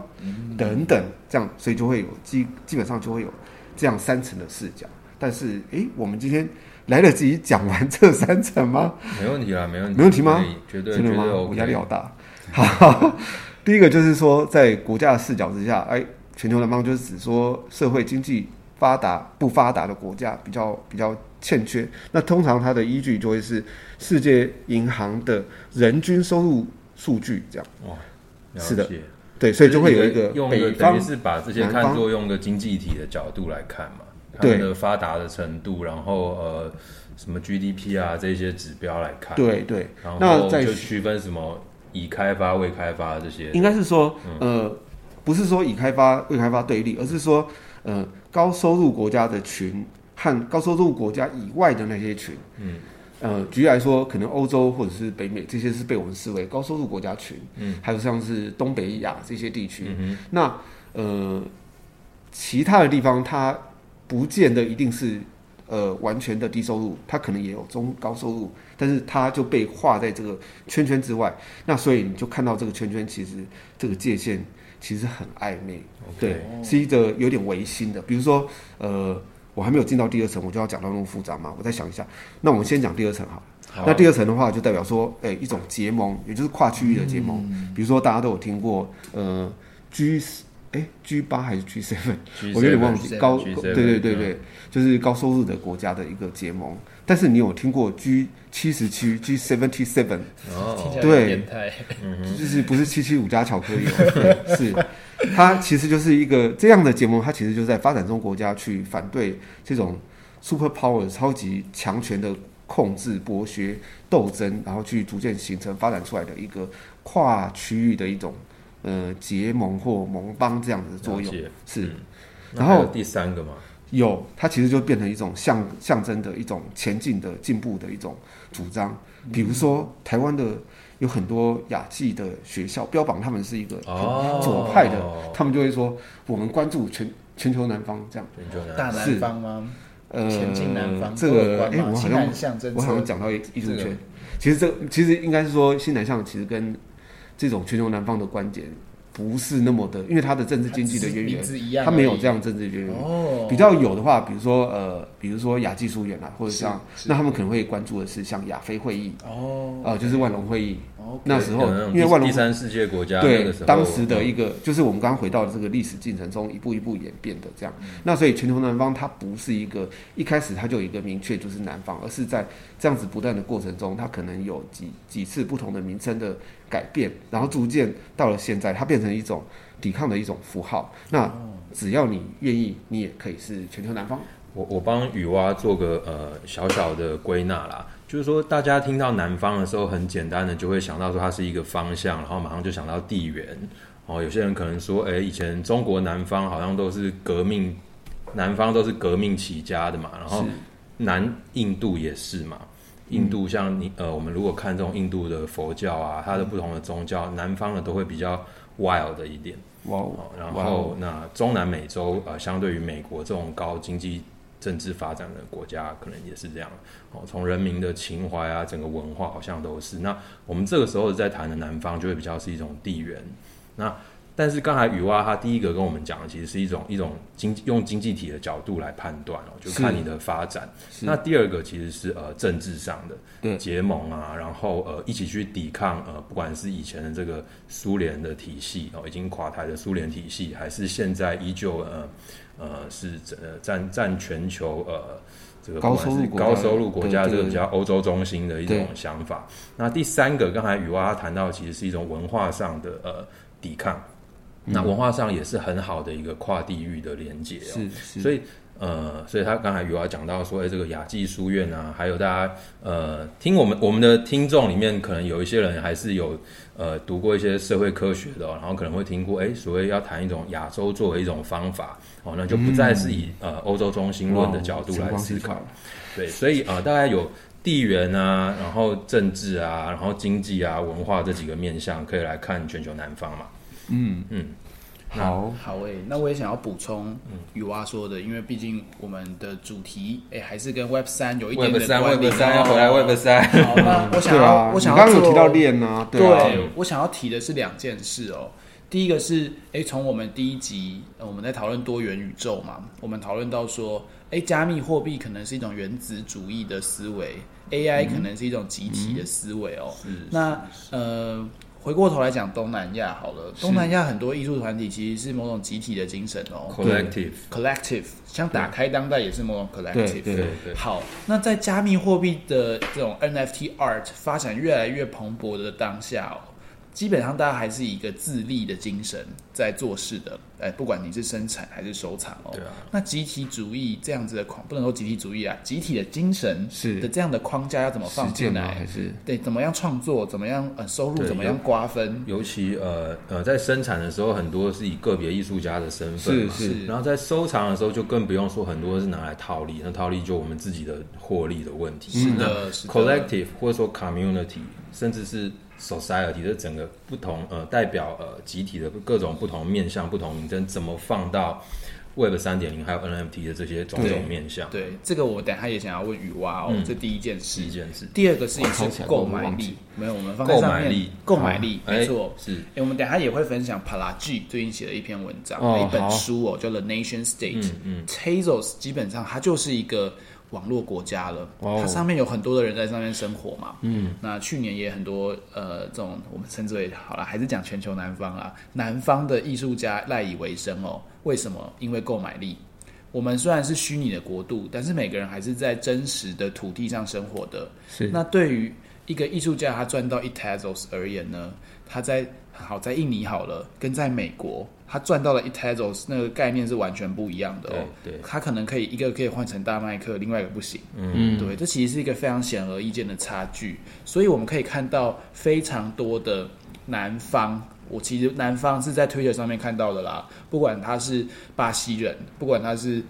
C: 等等，这样，所以就会有基基本上就会有这样三层的视角。但是，哎、我们今天来得及讲完这三层吗？
A: 没问题啦，没问题，
C: 没问题吗
A: 可以绝对
C: 真的
A: 绝
C: 吗
A: 对？
C: 我压
A: OK。
C: 力好大。 好，第一个就是说，在国家的视角之下，哎，全球南方就是指说社会经济发达不发达的国家比较比较欠缺。那通常它的依据就会是世界银行的人均收入数据这样。
A: 了
C: 是的
A: 解
C: 对，所以就会有一
A: 就是
C: 个
A: 你用
C: 北
A: 的等于
C: 方
A: 是把这些
C: 南
A: 看
C: 方
A: 作用个经济体的角度来看嘛，它
C: 对
A: 们的发达的程度，然后呃什么 GDP 啊这些指标来看，，
C: 对对，
A: 然
C: 那
A: 后
C: 在
A: 就区分什么已开发、未开发这些，
C: 应该是说，呃，不是说已开发未开发对立，而是说，呃，高收入国家的群和高收入国家以外的那些群，嗯，呃，举例来说，可能欧洲或者是北美这些是被我们视为高收入国家群，嗯，还有像是东北亚这些地区，那呃，其他的地方它不见得一定是。呃，完全的低收入，它可能也有中高收入，但是它就被划在这个圈圈之外。那所以你就看到这个圈圈，其实这个界限其实很暧昧
A: OK
C: 对，是一个有点违心的。比如说，呃，我还没有进到第二层，我就要讲到那么复杂嘛，我再想一下。那我们先讲第二层好了。
A: 好
C: 那第二层的话，就代表说，哎、一种结盟，也就是跨区域的结盟。
A: 嗯
C: 比如说，大家都有听过，呃，G，哎、g 八还是 G seven？
A: G7
C: 我有点忘记
B: G7
C: 高，
A: G7
C: 对对对
A: 嗯
C: 对，就是高收入的国家的一个结盟。但是你有听过 G 七十七、G seventy seven
A: 哦
B: 听起来有点
C: 对
B: 变态，
A: 嗯
C: 就是不是七七五加巧克力、 哦，对是它其实就是一个这样的节目，它其实就是在发展中国家去反对这种 super power 超级强权的控制、剥削、斗争，然后去逐渐形成发展出来的一个跨区域的一种呃结盟或盟邦这样子的作
A: 了
C: 用
A: 解
C: 是。
A: 那
C: 然
A: 还有
C: 后
A: 第三个嘛，
C: 有，它其实就变成一种象象征的一种前进的进步的一种主张。比如说，台湾的有很多雅技的学校标榜他们是一个
A: 哦
C: 很左派的，他们就会说我们关注全全球南方这样。
A: 全球南
D: 大南方吗？
C: 呃，
D: 前进南方，
C: 这个
D: 哎
C: 哎、，我好
D: 西
C: 像
D: 南向政
C: 我好像
D: 策，
C: 讲到艺艺术
A: 这个
C: 圈，其实这其实应该是说西南向其实跟这种全球南方的关键不是那么的，因为它的政治经济的渊
D: 它
C: 源
D: 只是名字一样，
C: 它没有
D: 而已
C: 这样政治渊源。
D: 哦，
C: 比较有的话，比如说呃，比如说亚技书院啊，或者像
D: 是是
C: 那他们可能会关注的是像亚非会议，
D: 哦
C: 呃，就是万隆会议
D: 哦，
C: 那时候
A: 可能
C: 因为万隆
A: 第三世界国家那
C: 对
A: 个时候嗯
C: 当时的一个，就是我们刚刚回到的这个历史进程中，一步一步演变的这样。那所以全球南方它不是一个一开始它就有一个明确就是南方，而是在这样子不断的过程中，它可能有几几次不同的名称的改变，然后逐渐到了现在，它变成一种抵抗的一种符号。那只要你愿意，你也可以是全球南方。
A: 我我帮雨蛙做个呃小小的归纳啦，就是说大家听到南方的时候，很简单的就会想到说它是一个方向，然后马上就想到地缘。哦，有些人可能说，哎、以前中国南方好像都是革命，南方都是革命起家的嘛，然后南印度也是嘛。印度像你呃，我们如果看这种印度的佛教啊，它的不同的宗教，南方的都会比较 wild 的一点。
C: 哇哦
A: 哦，然
C: 哇哦
A: 后那中南美洲呃，相对于美国这种高经济政治发展的国家，可能也是这样哦。从人民的情怀啊，整个文化好像都是。那我们这个时候在谈的南方，就会比较是一种地缘。那但是刚才雨蛙他第一个跟我们讲的，其实是一种一种经济用经济体的角度来判断哦，就是看你的发展。
C: 是
A: 那第二个其实是呃政治上的，
C: 对
A: 结盟啊，然后呃一起去抵抗呃，不管是以前的这个苏联的体系哦，已经垮台的苏联体系，还是现在依旧呃呃是呃占占全球呃这个不
C: 高
A: 管是
C: 收入国家
A: 高收入国家
C: 对
A: 这个
C: 对
A: 比较欧洲中心的一种
C: 对
A: 想法。那第三个，刚才雨蛙他谈到，其实是一种文化上的呃抵抗。那文化上也是很好的一个跨地域的连接、哦，
C: 是是，
A: 所以呃，所以他刚才有要讲到说，哎、这个雅济书院啊，还有大家呃，听我们我们的听众里面，可能有一些人还是有呃读过一些社会科学的哦、然后可能会听过，哎、所谓要谈一种亚洲作为一种方法，哦，那就不再是以、呃欧洲中心论的角度来思考，对，所以啊、呃大概有。地缘啊，然后政治啊，然后经济啊，文化这几个面向可以来看全球南方嘛。
C: 好，
B: 好诶、那我也想要补充雨蛙说的，因为毕竟我们的主题诶、还是跟 Web 三有一点
A: Web
B: 点
A: 三
B: 关
A: ，Web
B: 联。
A: 三要回来
B: 哦
A: Web 三。
B: 好，那我想
C: 对
B: 要，
C: 啊，
B: 我
C: 你
B: 想
C: 刚
B: 要
C: 刚有
B: 做
C: 提到练啊，对啊，
B: 我想要提的是两件事哦。第一个是，诶，从我们第一集、呃我们在讨论多元宇宙嘛，我们讨论到说，诶，加密货币可能是一种原子主义的思维，AI
C: 嗯
B: 可能是一种集体的思维哦。那呃，回过头来讲东南亚好了，东南亚很多艺术团体其实是某种集体的精神 哦
A: Collective，
B: ，collective，像打开当代也是某种 collective
A: 对
C: 对。对
A: 对。
B: 好，那在加密货币的这种 NFT art 发展越来越蓬勃的当下哦，基本上大家还是以一个自立的精神在做事的。哎，不管你是生产还是收藏哦，
A: 对啊
B: 那集体主义这样子的框，不能说集体主义啊，集体的精神
C: 是
B: 的这样的框架要
A: 哦
B: 怎么放
C: 实
B: 进
C: 践吗？
B: 来
C: 还？是
B: 对，怎么样创作？怎么样呃收入？
A: 对
B: 怎么样瓜分？
A: 尤其呃呃，在生产的时候，很多是以个别艺术家的身份
C: 是
A: 嘛，
C: 是
A: 然后在收藏的时候，就更不用说很多是拿来套利，那套利就我们自己的获利的问题。
B: 是的，是的
A: collective 或者说 community，甚至是 society 这整个不同呃代表呃集体的各种不同面向、不同名称，怎么放到 Web 三点零还有 NFT 的这些种
C: 对
A: 种面向？
B: 对，这个我等一下也想要问雨蛙
C: 嗯
B: 哦，这第一件事
A: 是一。件事。
B: 第二个事
C: 我
B: 情
C: 抄起
B: 是
C: 来
B: 购
C: 我
B: 买
C: 忘
B: 力
C: 记，
B: 没有，我们放在
A: 购
B: 上
A: 买
B: 面
A: 力
B: 购买力，
A: 哎
B: 没错。
A: 是
B: 哎，我们等一下也会分享 Palaji 最近写的一篇文章，
C: 哦
B: 一本
C: 好
B: 书哦，叫《The Nation State》。嗯 t e z o s 基本上它就是一个网络国家了，
C: 哦
B: 它上面有很多的人在上面生活嘛。嗯，那去年也很多呃，这种我们称之为好了，还是讲全球南方啦，南方的艺术家赖以为生哦。为什么？因为购买力。我们虽然是虚拟的国度，但是每个人还是在真实的土地上生活的。
C: 是
B: 那对于一个艺术家，他赚到一 tazos 而言呢，他在好在印尼好了，跟在美国，他赚到了一 tazos 那个概念是完全不一样的哦。
A: 对对
B: 他可能可以一个可以换成大麦克，另外一个不行。嗯，对，这其实是一个非常显而易见的差距。所以我们可以看到非常多的南方。我其实南方是在 Twitter 上面看到的啦，不管他是巴西人，不管他是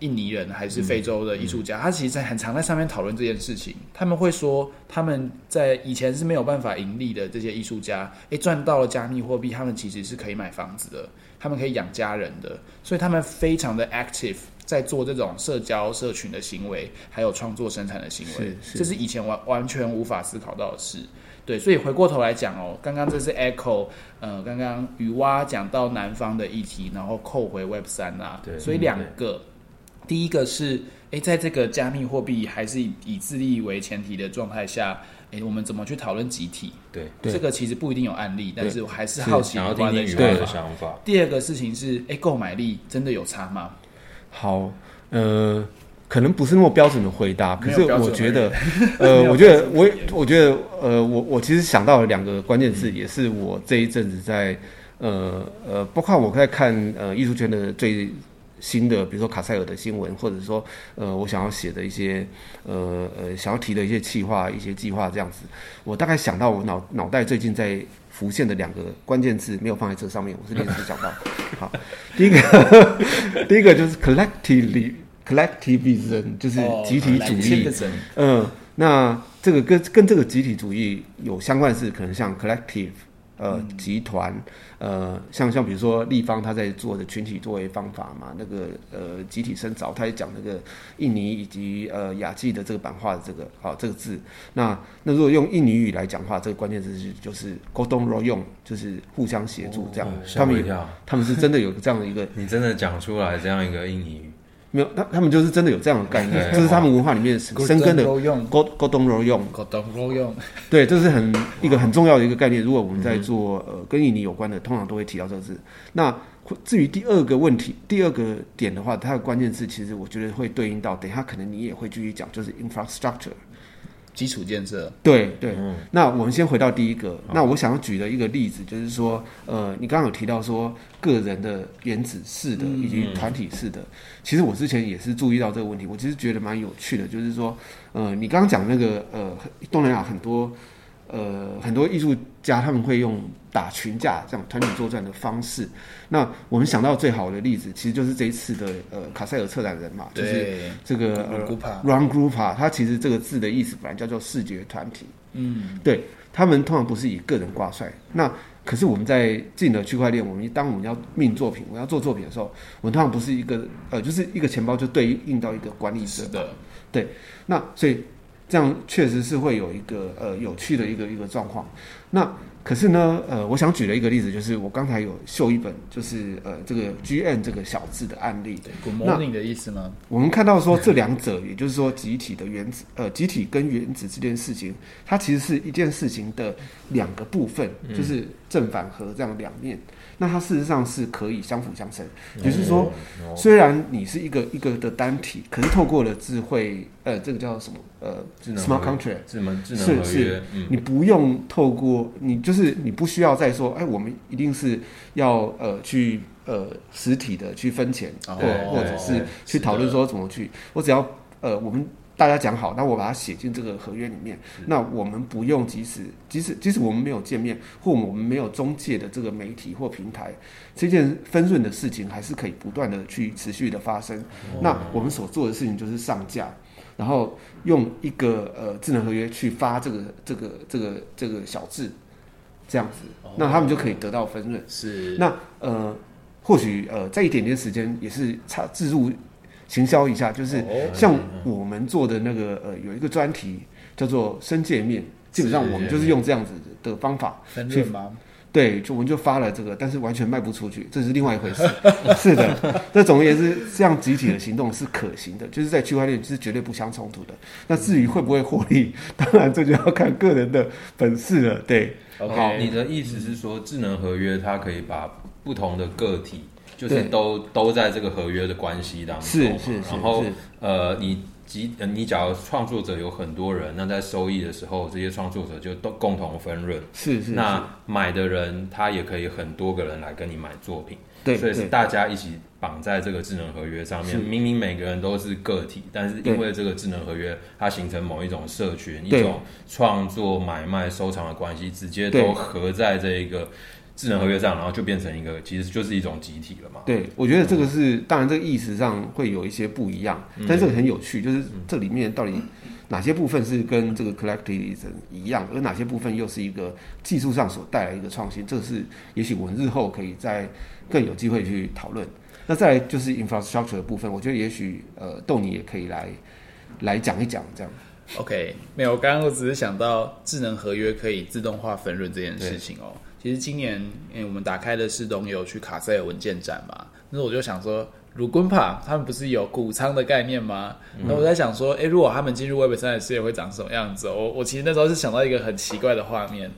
B: 印尼人还是非洲的艺术家，他其实在很常在上面讨论这件事情。他们会说，他们在以前是没有办法盈利的这些艺术家，诶，赚到了加密货币，他们其实是可以买房子的，他们可以养家人的，所以他们非常的 active。在做这种社交社群的行为，还有创作生产的行为，
C: 是是
B: 这是以前完完全无法思考到的事。对，所以回过头来讲哦，刚刚这是 Echo，呃，刚刚雨蛙讲到南方的议题，然后扣回 Web 三啦、
A: 对
B: 所以
A: 嗯
B: 两个，第一个是，诶，在这个加密货币还是以以自立为前提的状态下，诶，我们怎么去讨论集体？
A: 对，
C: 对
B: 这个其实不一定有案例，但
C: 对
B: 是我还是
C: 是
B: 好奇
A: 想要
B: 雨
A: 听
B: 蛙
A: 听
B: 的
A: 雨
B: 想
A: 蛙的
B: 法。
A: 想法。
B: 第二个事情是，诶，购买力真的有差吗？
C: 好，呃，可能不是那么标准的回答，可
B: 没有
C: 是
B: 标准
C: 我觉得，
B: 没
C: 呃，
B: 有
C: 我觉
B: 标
C: 得
B: 准嗯
C: 我
B: 的
C: 我觉得，呃，我我其实想到了两个关键字，也是我这一阵子在，呃呃，包括我在看呃艺术圈的最。新的，比如说卡塞尔的新闻，或者说，呃，我想要写的一些，呃呃，想要提的一些企划、一些计划这样子，我大概想到我脑脑袋最近在浮现的两个关键字，没有放在这上面，我是临时想到。好，第一个， 第一个就是 collectively collectivism，就是
B: 哦
C: 集体
B: 来
C: 主
B: 这
C: 义
B: 个。 整
C: 嗯，那这个跟跟这个集体主义有相关的是，可能像 collective。呃，
A: 嗯
C: 集团，呃，像像比如说立方他在做的群体作为方法嘛，那个呃集体深造，他也讲那个印尼以及呃雅记的这个版画的这个好、这个字，那那如果用印尼语来讲话，这个关键字是就是沟通 o 用，就是互相协助这样，他
A: 哦吓我
C: 们
A: 一
C: 有
A: 跳，
C: 他们是真的有这样的一个
A: 你真的讲出来这样一个印尼语，
C: 没有，他 他们就是真的有这样的概念，
A: 对
C: 这是他们文化里面深根的
B: 够用，
C: 沟沟通柔用。
B: 够懂够用，
C: 对，这是很一个很重要的一个概念。如果我们在做呃跟印尼有关的，通常都会提到这个字。那至于第二个问题，第二个点的话，它的关键字其实我觉得会对应到，等一下可能你也会继续讲，就是 infrastructure。
B: 基础建设。
C: 对对，那我们先回到第一个。那我想要举的一个例子就是说，呃，你刚刚有提到说个人的原子式的以及团体式的，其实我之前也是注意到这个问题，我其实觉得蛮有趣的，就是说，呃，你刚刚讲那个呃，东南亚很多呃很多艺术家他们会用打群架这样团体作战的方式。那我们想到最好的例子，其实就是这一次的呃卡塞尔策展人嘛，就是
B: 对，
C: 这个呃
B: Rupa
C: run group 啊，它其实这个字的意思本来叫做视觉团体。嗯，对他们通常不是以个人挂帅。那可是我们在进了区块链，我们当我们要命作品，我要做作品的时候，我们通常不是一个呃，就是一个钱包就对应到一个管理者
B: 是。的，
C: 那所以这样确实是会有一个呃有趣的一个一个状况。那可是呢，呃，我想举了一个例子，就是我刚才有秀一本，就是呃这个 GN 这个小字的案例。
B: 对，Good
C: 那
B: morning 的意思吗？
C: 我们看到说这两者，也就是说集体的原子，呃，集体跟原子这件事情，它其实是一件事情的两个部分，
A: 嗯
C: 就是正反合这样两面。那它事实上是可以相辅相成，也就是说，
A: 哦，
C: 虽然你是一个一个的单体，可是透过了智慧，呃，这个叫什么？呃
A: 智能
C: ，smart
A: 合约嗯
C: contract，
A: 智能智
C: 是
A: 能合
C: 是
A: 约，嗯，
C: 你不用透过你，就是你不需要再说，哎，我们一定是要呃去呃实体的去分钱，
B: 哦
C: 对，或
A: 对
C: 者是去
B: 的
C: 讨论说怎么去，我只要呃我们大家讲好，那我把它写进这个合约里面，那我们不用即使即使即使我们没有见面，或我们没有中介的这个媒体或平台，这件分润的事情还是可以不断的去持续的发生。那我们所做的事情就是上架，然后用一个呃智能合约去发这个这个这个这个小字，这样子，
B: 哦
C: 那他们就可以得到分润。
B: 是
C: 那呃，或许呃，在一点点时间也是差置入行销一下，就是
B: 哦
C: 像我们做的那个呃有一个专题叫做深界面，基本上我们就是用这样子的方法
B: 分润吗？
C: 对，就我们就发了这个，但是完全卖不出去，这是另外一回事。是的，那总而言之，这样集体的行动是可行的，就是在区块链是绝对不相冲突的。那至于会不会获利，当然这就要看个人的本事了。对，
B: OK
A: 好，哦你的意思是说，智能合约它可以把不同的个体，就是
C: 对
A: 都都在这个合约的关系当中
C: 是
A: 嘛，
C: 是是
A: 嗯然后
C: 是
A: 呃，你集呃你假如创作者有很多人，那在收益的时候，这些创作者就都共同分润。
C: 是是，
A: 那买的人他也可以很多个人来跟你买作品，
C: 对
A: 所以是
C: 对
A: 大家一起绑在这个智能合约上面。
C: 是
A: 明明每个人都是个体，但是
C: 对
A: 因为这个智能合约，它形成某一种社群、一
C: 对
A: 种创作、买卖、收藏的关系，直接
C: 对
A: 都合在这一个智能合约上，然后就变成一个其实就是一种集体了嘛。
C: 对，我觉得这个是、当然，这个意识上会有一些不一样，
B: 嗯
C: 但这个很有趣，就是这里面到底哪些部分是跟这个 collectivism 一样，而哪些部分又是一个技术上所带来一个创新，这是也许我们日后可以再更有机会去讨论。那再来就是 infrastructure 的部分，我觉得也许呃，豆你也可以来来讲一讲这样。
B: OK，没有，刚刚我只是想到智能合约可以自动化分润这件事情哦。其实今年，因为我们打开的是东游去卡塞尔文件展嘛，那我就想说，如棍帕他们不是有谷仓的概念吗？
C: 嗯
B: 那我在想说，诶，如果他们进入 Web 三的世界会长什么样子哦？我我其实那时候是想到一个很奇怪的画面，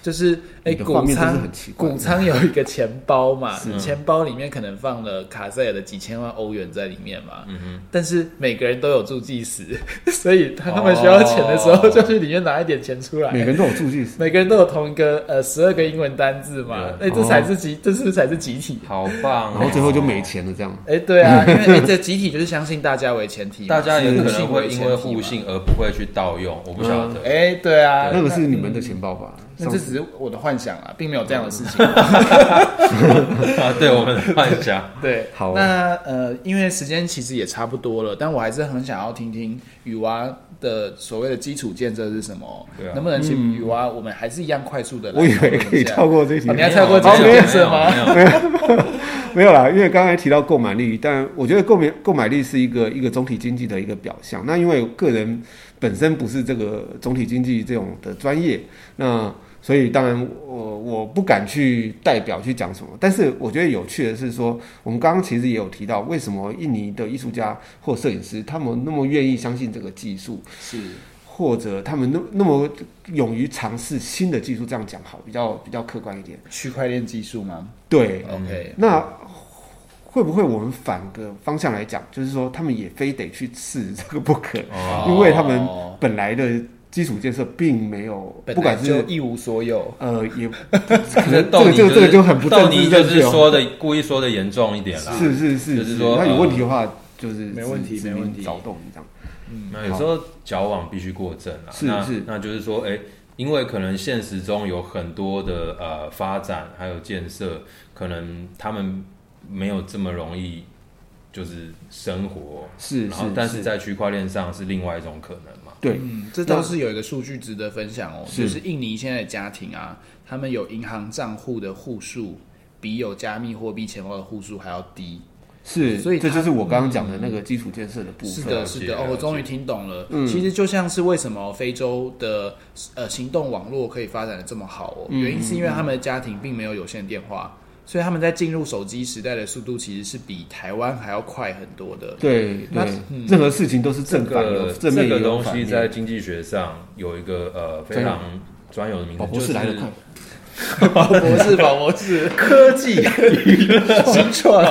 B: 就是诶，
C: 嗯你的画
B: 谷
C: 面真的
B: 仓
C: 很奇怪
B: 谷仓有一个钱包 嘛，钱包里面可能放了卡塞尔的几千万欧元在里面嘛，但是每个人都有助记时， 所以他他们需要钱的时候
A: 哦
B: 就去里面拿一点钱出来，
C: 每个人都有助 记，
B: 每个人都有同一个呃十二个英文单字嘛，
A: 对
B: 哎、这才是集，这是才是集体。
A: 好棒哦、
C: 然后最后就没钱了这样。
B: 哎、对 啊，因为、哎这集体就是相信大家为前提嘛，
A: 大家也可
B: 互
A: 能
B: 信
A: 会因为
B: 前提嘛
A: 互。信而不会去盗用，我不晓得。
C: 嗯
B: 哎、对啊，
C: 那个是你们的钱包吧？
B: 那
C: 上
B: 这
C: 次
B: 只是我的幻想啊，并没有这样的事 情。
A: 啊， 对我们的幻 想，
B: 对，
C: 好啊
B: 那呃，因为时间其实也差不多了，但我还是很想要听听雨娃的所谓的基础建设是什么，
A: 对啊
B: 能不能请雨娃，我们还是一样快速的。
C: 我以为可以跳过这一题
B: 啊，你要跳过基
C: 好
B: 础
C: 没有
B: 建设吗？
A: 没有没有
C: 没有啦，因为刚才提到购买力，但我觉得购买购买力是一个一个总体经济的一个表象。那因为我个人本身不是这个总体经济这种的专业，那所以当然我我不敢去代表去讲什么。但是我觉得有趣的是说，我们刚刚其实也有提到，为什么印尼的艺术家或摄影师他们那么愿意相信这个技术，
B: 是
C: 或者他们那那么勇于尝试新的技术，这样讲好，比较比较客观一点。
B: 区块链技术吗
C: 对，
B: ？OK，
C: 那会不会我们反个方向来讲，就是说他们也非得去试 这个不可，
A: 哦
C: 嗯因为他们
B: 哦
C: 本来的基础建设并没有，
B: 本
C: 不
B: 来
C: 管
B: 就是一无所有，
C: 呃也
A: 可
C: 可能
A: 豆
C: 这
A: 泥就
C: 个这
A: 是
C: 个这个就很不
A: 豆
C: 正
A: 泥就
C: 式正
A: 是
C: 确哦，
A: 说的故意说的严重一点啦。
C: 是是是
A: 就是说
C: 那有
A: 呃
C: 问题的话就是
B: 没问题
C: 指
B: 没
C: 明
B: 问题
C: 找动这样，
A: 那有时候矫枉必须过正啊。
C: 是
A: 那
C: 是
A: 那就是说，哎、因为可能现实中有很多的呃发展还有建设，可能他们没有这么容易就是生活，
C: 是
A: 然后
C: 是，
A: 但是在区块链上是另外一种可能嘛。
C: 对
B: 嗯，这都是有一个数据值得分享哦，
C: 是
B: 就是印尼现在的家庭啊，他们有银行账户的户数比有加密货币钱包的户数还要低。
C: 是，
B: 所以
C: 这
B: 他嗯
C: 就是我刚刚讲的那个基础建设的部分，
B: 是
A: 了
B: 的，
A: 解
B: 是的，哦
A: 了，解嗯
B: 我终于听懂了。其实就像是为什么非洲的呃行动网络可以发展的这么好哦，
A: 嗯
B: 原因是因为他们的家庭并没有有线电话，所以他们在进入手机时代的速度其实是比台湾还要快很多 的。
C: 对
B: 那嗯
C: 对，任何事情都是正
A: 这
C: 反的
A: 个，
C: 正面
A: 这个
C: 也有
A: 东
C: 反
A: 西
C: 面。
A: 在经济学上有一个呃非常专有的名
C: 宝
A: 词，
C: 博
A: 就
C: 士
A: 是
C: 哦来得快，
B: 宝哦博士，宝博士，
A: 科技。
B: 新创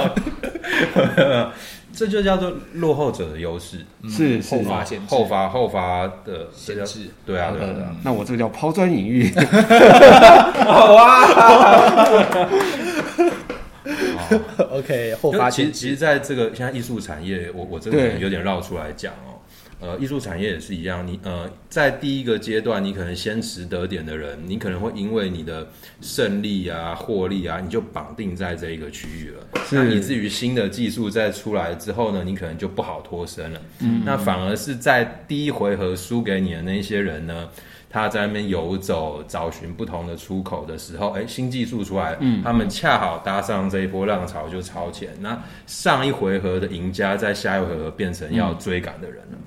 A: 这就叫做落后者的优势，
C: 是是
B: 后发先至
A: 后，发后发的这
B: 先
A: 叫
B: 至。
A: 对啊，对啊，对啊
C: 呃，那我这个叫抛砖引玉，
B: OK，后
A: 因
B: 发
A: 为其实
B: 先
A: 其实在这个现在艺术产业，我我这个
C: 对
A: 可能有点绕出来讲哦。呃，艺术产业也是一样，你呃，在第一个阶段，你可能先识得点的人，你可能会因为你的胜利啊、获利啊，你就绑定在这一个区域了。
C: 是
A: 那以至于新的技术再出来之后呢，你可能就不好脱身了。嗯，那反而是在第一回合输给你的那些人呢，他在那边游走，找寻不同的出口的时候，哎，新技术出来，嗯，他们恰好搭上这一波浪潮就超前。那上一回合的赢家，在下一回合变成要追赶的人了。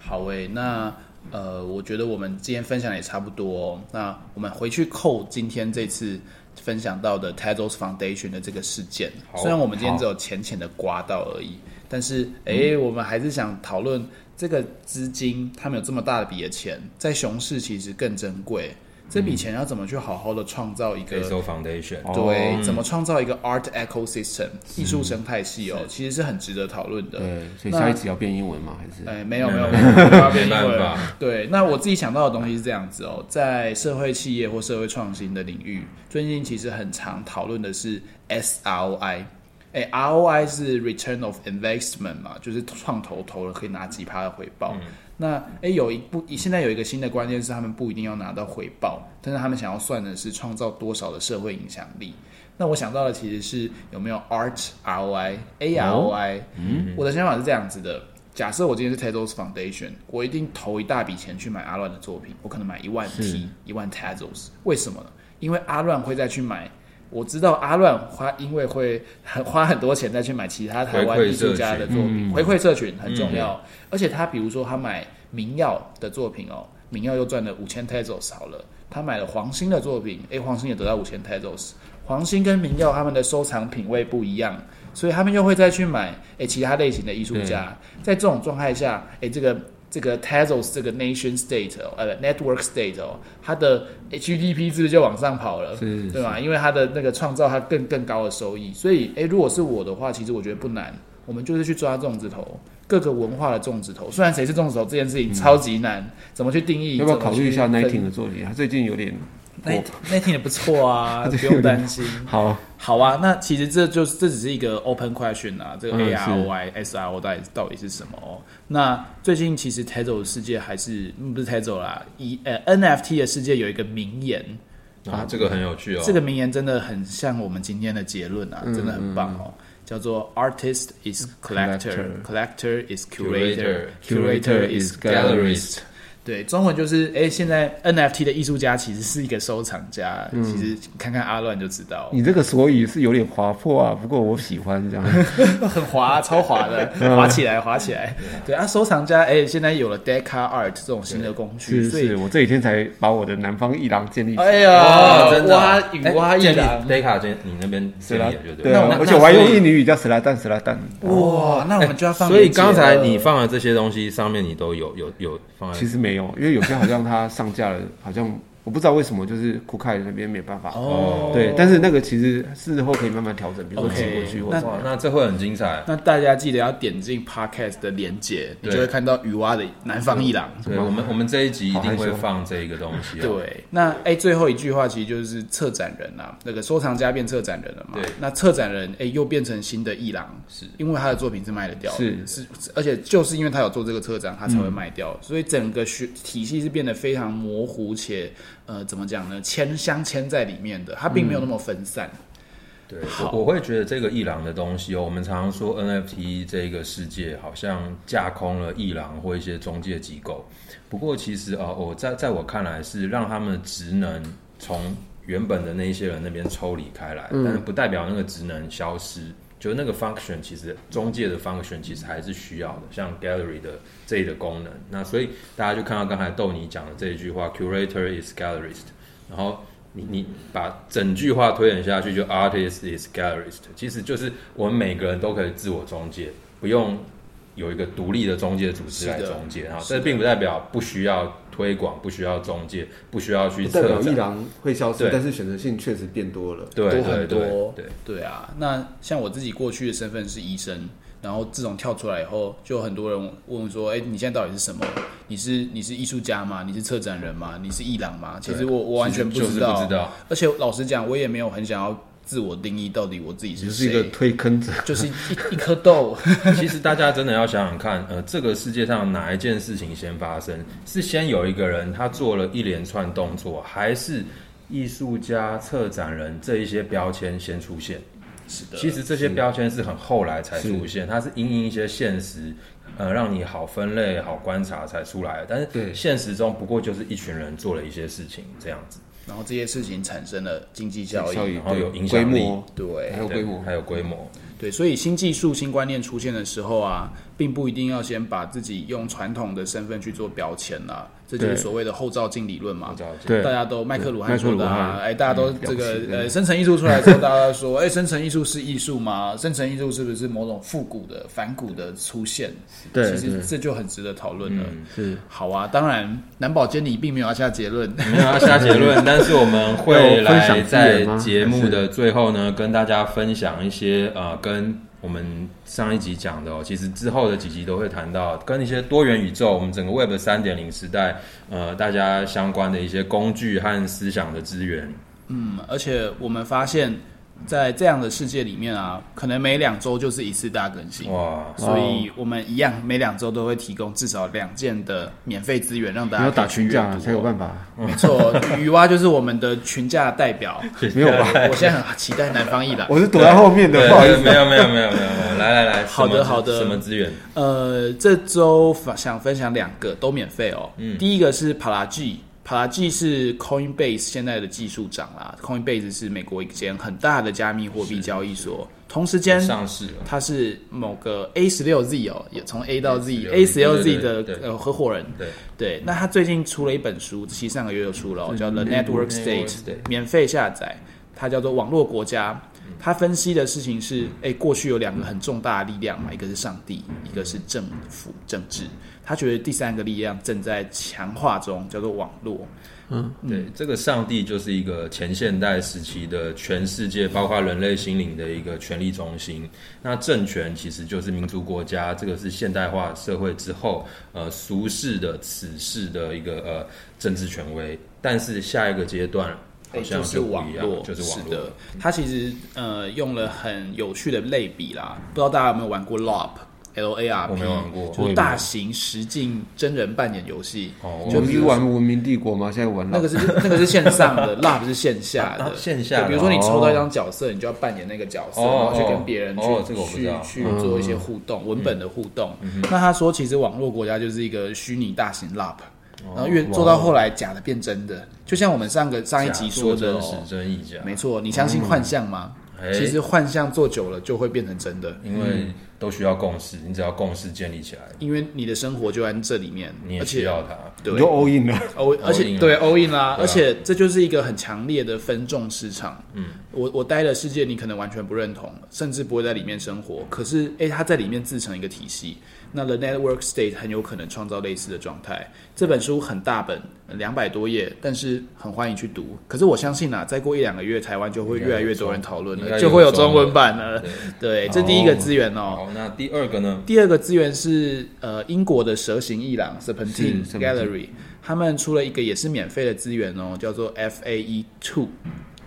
B: 好诶、那呃，我觉得我们今天分享也差不多、哦。那我们回去扣今天这次分享到的 Tezos Foundation 的这个事件，
A: 好
B: 虽然我们今天只有浅浅的刮到而已，但是诶、我们还是想讨论这个资金，他们有这么大的笔的钱，在熊市其实更珍贵。这笔钱要怎么去好好的创造一个
A: 可以收 foundation，
B: 对，怎么创造一个 art ecosystem 艺术生态系哦，其实哦是很值得讨论的。
C: 对，呃所以
B: 那
C: 下一集要变英文吗？还是？
B: 哎，没有没
A: 没
B: 有，
A: 有
B: 没有没有
A: 没办
B: 因为
A: 法
B: 对，那我自己想到的东西是这样子哦，在社会企业或社会创新的领域，最近其实很常讨论的是 SROI。哎，ROI 是 Return of Investment 嘛，就是创投投了可以拿几趴的回报。那诶，有一不，现在有一个新的观念是，他们不一定要拿到回报，但是他们想要算的是创造多少的社会影响力。那我想到的其实是有没有 Art ROI、AROI。嗯，我的想法是这样子的：假设我今天是 Tezos Foundation，我一定投一大笔钱去买阿乱的作品，我可能买一万 T、一万 Tezos。为什么呢？因为阿乱会再去买。我知道阿乱花，因为会很花很多钱再去买其他台湾艺术家的作品，回馈社群很重要。而且他比如说他买民耀的作品哦，民耀又赚了五千 Tezos 好了，他买了黄兴的作品，诶，黄兴也得到五千 Tezos。黄兴跟民耀他们的收藏品味不一样，所以他们又会再去买诶其他类型的艺术家。在这种状态下，诶这个这个 Tezos 这个 nation state 哦，呃 network state 哦，它的 GDP 是不是就往上跑了？
C: 是
B: 对吧？因为它的那个创造它更更高的收益，所以诶，如果是我的话，其实我觉得不难，我们就是去抓粽子头，各个文化的粽子头。虽然谁是粽子头这件事情超级难，怎么去定义？
C: 嗯要不要
B: 怎么
C: 考
B: 去
C: 虑一下
B: 分
C: Nighting 的作品？他最近有点
B: 那那天也不错啊，不用担心。
C: 好，
B: 好啊，那其实这就是这只是一个 open question 啊，这个
C: 嗯
B: AROI、SRO 到底到底是什么、哦？那最近其实 Tezos 世界还是嗯不是 Tezos 啦，以呃 NFT 的世界有一个名言，
A: 啊，这个很有趣哦。
B: 这个名言真的很像我们今天的结论啊，真的很棒哦。叫做 artist is collector, collector is curator, curator is gallerist。对，中文就是哎，现在 NFT 的艺术家其实是一个收藏家，其实看看阿乱就知道，
C: 你这个所以是有点滑坡啊，不过我喜欢这样。
B: 很滑，超滑的，
A: 嗯
B: 滑起来，滑起来。对啊，收藏家哎，现在有了 Deca Art 这种新的工具，
C: 是
B: 所以
C: 是，我这几天才把我的南方一郎建立起来。
B: 哎呀
A: 哦，，真的哦
B: 哇，雨哇一郎，
A: d a k a 建你那边建
C: 对啦
A: 立的，
C: 对
A: 对
B: 那
C: 啊
B: 那，
C: 而且我还用印尼语叫“死拉蛋死拉蛋
B: 哇，那我们就要放
A: 哎所以
B: 链接
A: 刚才
B: 了
A: 你放的这些东西上面，你都有有有放”，在
C: 其实没有，因为有些好像它上架了，好像我不知道为什么，就是酷凯那边没办法。
B: 哦，
C: 对，但是那个其实事后可以慢慢调整，比如说
B: OK，
C: 寄过去或
B: 那
C: 者
A: 哇，那这会很精彩。
B: 那大家记得要点进 podcast 的连接，你
A: 对
B: 就会看到雨蛙的南方一郎。
A: 对，我们我们这一集一定
C: 好害
A: 会
C: 羞
A: 放这一个东西、哦。
B: 对，那哎、最后一句话其实就是策展人啊，那个收藏家变策展人了嘛。
A: 对
B: 那策展人哎、又变成新的一郎，
A: 是
B: 因为他的作品是卖得掉的，
C: 是
B: 是，而且就是因为他有做这个策展，他才会卖
A: 嗯
B: 掉，所以整个学体系是变得非常模糊且呃怎么讲呢，牵相牵在里面的，它并
A: 嗯
B: 没有那么分散。
A: 对，我我会觉得这个伊朗的东西哦，我们常常说 NFT 这个世界好像架空了伊朗或一些中介机构，不过其实啊、呃我在在我看来是让他们的职能从原本的那一些人那边抽离开来，但是不代表那个职能消失。就是那个 function，其实中介的 function 其实还是需要的，像 gallery 的这里的功能。那所以大家就看到刚才豆泥讲的这一句话，curator is gallerist，然后你你把整句话推演下去，就 artist is gallerist，其实就是我们每个人都可以自我中介，不用有一个独立的中介组织来
B: 是的
A: 中介啊。
B: 是的
A: 这并不代表不需要推广，不需要中介，不需要去
C: 不代表
A: 策
C: 一
A: 展。
C: 郎会消失
A: 对，
C: 但是选择性确实变多了。
A: 对
B: 多
A: 对
B: 很
A: 对
B: 多，
A: 对，
B: 啊。那像我自己过去的身份是医生，然后自从跳出来以后，就有很多人问我说：“哎、你现在到底是什么？你是你是艺术家吗？你是策展人吗？你是艺廊吗？”其实我我完全
A: 其
B: 不
A: 实就是
B: 知
A: 不
B: 道，
A: 知道。
B: 而且老实讲，我也没有很想要自我定义到底我自己
C: 只
B: 是
C: 是
B: 谁，
C: 一个推坑者，
B: 就是一一颗豆。
A: 其实大家真的要想想看，呃，这个世界上哪一件事情先发生？是先有一个人他做了一连串动作，还是艺术家、策展人这一些标签先出现？
B: 是的，
A: 其实这些标签是很后来才出现，它是因应一些现实，呃，让你好分类、好观察才出来的。但是
C: 对
A: 现实中不过就是一群人做了一些事情这样子，
B: 然后这些事情产生了经济效益，
C: 效益
A: 然后有
C: 对
A: 影
C: 规
A: 响力
C: 模，
B: 对
C: 还有
A: 对
C: 规模，
A: 还有规模。
B: 对，所以新技术、新观念出现的时候啊，并不一定要先把自己用传统的身份去做标签啦、这就是
C: 对
B: 所谓的后照镜理论嘛
A: 我。知道这
C: 对
B: 大家都麦克鲁汉
C: 麦克
B: 说
C: 鲁
B: 的、啊
C: 汉，
B: 哎，大家都这个
C: 表嗯情
B: 呃，生成艺术出来之后，大家都说，哎，生成艺术是艺术吗？生成艺术是不是某种复古的、反古的出现？
C: 对
B: 其实
C: 对嗯
B: 这就很值得讨论了。
C: 是
B: 好啊，当然，南宝监理并没有要下结论，
A: 没有要下结论，但是我们会
C: 要分
A: 来
C: 享资
A: 在
C: 源吗
A: 节目的最后呢，跟大家分享一些呃，跟我们上一集讲的哦，其实之后的几集都会谈到跟一些多元宇宙，我们整个 Web 三点零时代，呃，大家相关的一些工具和思想的资源。
B: 嗯，而且我们发现在这样的世界里面啊，可能每两周就是一次大更
C: 嗯哦
B: 新，
A: 哇，
B: 所以我们一样每两周都会提供至少两件的免费资源让大
C: 你
B: 家
C: 要
B: 可以
C: 打
B: 去
C: 群
B: 阅
C: 架啊
B: 读
C: 才有办法，
B: 没错，雨蛙就是我们的群架代 表。
C: 没有吧？
B: 我现在很期待南方一览。
C: 我是躲在后面的，
A: 对，
C: 不好意
A: 对
C: 思。
A: 没有没有没有没有，没有来来来，
B: 好的
A: 什么
B: 好的
A: 什么资源？
B: 呃，这周分想分享两个，都免费哦。第一个是 Palagi。Palagi 是 Coinbase 现在的技术长啦，Coinbase 是美国一间很大的加密货币交易所，同时间
A: 上市了，
B: 它是某个 A 十六 Z 哦，也从 A 到 Z，A
A: A16Z
B: 十六 Z 的
A: 对对对
B: 呃合伙人。
A: 对，
B: 对，那他最近出了一本书，其实上个月就出了哦、叫《The Network
A: Network
B: State》，
A: State 嗯
B: 免费下载。它叫做网络国家。它分析的事情是，哎、过去有两个很重大的力量嘛，一个是上帝，一个是政府政治。他觉得第三个力量正在强化中，叫做网络。嗯
A: 对，这个上帝就是一个前现代时期的全世界，包括人类心灵的一个权力中心。那政权其实就是民族国家，这个是现代化社会之后，呃，俗世的此世的一个呃政治权威。但是下一个阶段好像
B: 哎就是
A: 不
B: 网
A: 一
B: 络，
A: 样，就是网
B: 是
A: 络。
B: 的。它其实呃用了很有趣的类比啦，不知道大家有没有玩过 LARP。L A R P，
A: 我没玩过
B: 就是大型实境真人扮演游戏，
A: 哦
C: 我
B: 就
C: 们
B: 比
C: 是
B: 如
C: 玩文明帝国嘛，现在玩
B: 那
C: 了
B: 个。是那个是线 上的，LARP 是线下
A: 啊
B: 的
A: 啊，线下的
B: 对比如说你抽到一张角色，你就要扮演那个角色，
A: 哦
B: 然后去跟别人去、
A: 哦这个我不知
B: 去
A: 道嗯
B: 去做一些互动，文本的互动。那他说，其实网络国家就是一个虚拟大型 LARP。然
A: 哦
B: 后越做到后来，假的变真的，就像我们上个上一集说的、
A: 真
B: 哦
A: 实，真意假，
B: 没错，你相信幻象吗？
A: 哎
B: 其实嗯幻象做久了就会变成真的，
A: 因为都需要共识，你只要共识建立起来，
B: 因为你的生活就在这里面，
A: 你也
B: 而
A: 需
B: 且
A: 要它。
B: 对
C: 你就 all in 了，
B: 欧，
A: all
B: 而
A: in
B: 且
A: 啊
B: 对 all in 啦，
A: 对啊
B: 而且这就是一个很强烈的分众市场。嗯，我我待的世界你可能完全不认同，甚至不会在里面生活。可是，诶，它在里面自成一个体系。那 The Network State 很有可能创造类似的状态。这本书很大本，两百多页，但是很欢迎去读。可是我相信啊，再过一两个月，台湾就会越来越多人讨论
A: 应该
B: 了，
A: 有
B: 就会有中文版了
A: 中文。
B: 对，这第一个资源哦。
A: 好，那第二个呢？
B: 第二个资源是呃英国的蛇形艺廊 Serpentine
C: 是
B: Gallery，他们出了一个也是免费的资源哦，叫做 FAE Two。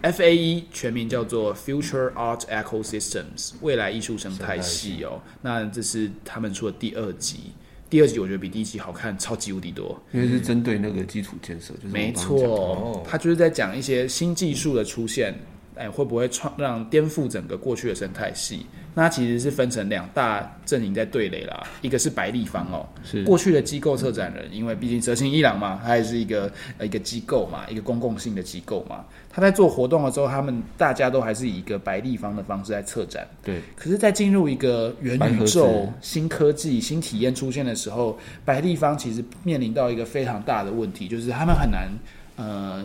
B: FAE 全名叫做 Future Art Ecosystems 未来艺术生态系哦，那这是他们出的第二集。第二集我觉得比第一集好看，超级无敌多。
C: 因为是针对那个基础建设，就是我刚
B: 没
C: 刚讲的
B: 错，哦他就是在讲一些新技术的出现，哎，会不会创让颠覆整个过去的生态系？那它其实是分成两大阵营在对垒啦，一个是白立方哦，
C: 是
B: 过去的机构策展人，因为毕竟蛇形伊朗嘛，它也是一个呃一个机构嘛，一个公共性的机构嘛，他在做活动的时候，他们大家都还是以一个白立方的方式在策展，
C: 对，
B: 可是，在进入一个元
C: 白
B: 宇
C: 盒
B: 宙
C: 子、
B: 新科技、新体验出现的时候，白立方其实面临到一个非常大的问题，就是他们很难呃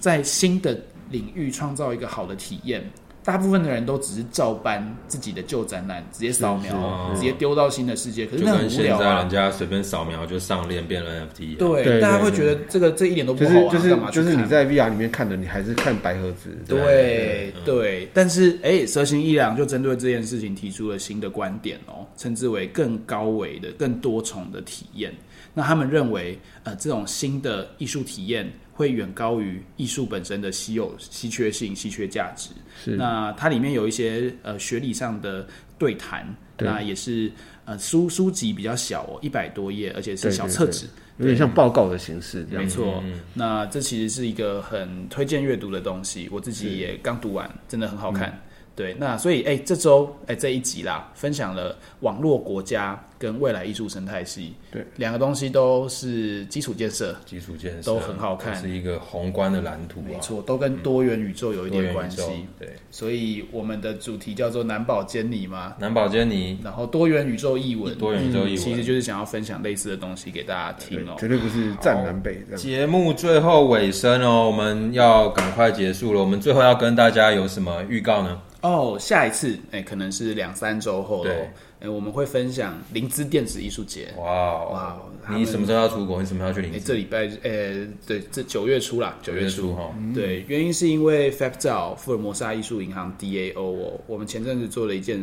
B: 在新的领域创造一个好的体验。大部分的人都只是照搬自己的旧展览，直接扫描，
C: 哦
B: 直接丢到新的世界，可是
A: 就
B: 那很
A: 跟
B: 无
A: 现
B: 聊
A: 在
B: 啊
A: 人。家随便扫描就上链变 NFT 一样
B: 对，
C: 对
B: 大家
C: 对
B: 会
C: 对
B: 觉得这个这一点都不
C: 就
B: 好
C: 是
B: 玩，
C: 就是
B: 干嘛去
C: 就是你
B: 看
C: 在 VR 里面看的，你还是看白盒子。
B: 对
C: 嗯
B: 对，但是哎，蛇形一郎就针对这件事情提出了新的观点哦，称之为更高维的、更多重的体验。那他们认为，呃，这种新的艺术体验会远高于艺术本身的稀有、稀缺性、稀缺价值。
C: 是
B: 那它里面有一些呃学理上的对谈，
C: 对
B: 那也是呃书书籍比较小哦，一百多页，而且是
C: 对
B: 小
C: 对
B: 册
C: 对
B: 子。
C: 有点像报告的形式这样。
B: 没错，
A: 嗯
B: 那这其实是一个很推荐阅读的东西，我自己也刚读完，真的很
A: 嗯
B: 好看。对，那所以哎、这周哎、这一集啦，分享了网络国家跟未来艺术生态系，
C: 对，
B: 两个东西都是基础建设，
A: 基础建设
B: 都很好看
A: 都是一个宏观的蓝图
B: 没
A: 啊，
B: 错，都跟多元宇宙有
A: 嗯
B: 一
A: 多元
B: 点
A: 宇
B: 关系
A: 宙。对，
B: 所以我们的主题叫做南宝监理嘛，
A: 南宝坚尼
B: 然后多元宇宙译文，嗯
A: 多元宇宙译文
B: 其实就是想要分享类似的东西给大家听哦
C: 对，。绝对不是站南北这样。
A: 节目最后尾声哦，我们要赶快结束了。我们最后要跟大家有什么预告呢？
B: 哦，下一次哎、可能是两三周后了哦。
A: 对
B: 哎、我们会分享灵芝电子艺术节。
A: 哇哦
B: 哇他们
A: 你什么时候要出国？你什么时候要去领
B: 哎、？这礼拜哎、对，这九月初啦，九
A: 九
B: 月
A: 月
B: 初。
A: 初哈，
B: 对，原因是因为 FAPZAL 福尔摩沙艺术银行 DAO，、哦、我们前阵子做了一件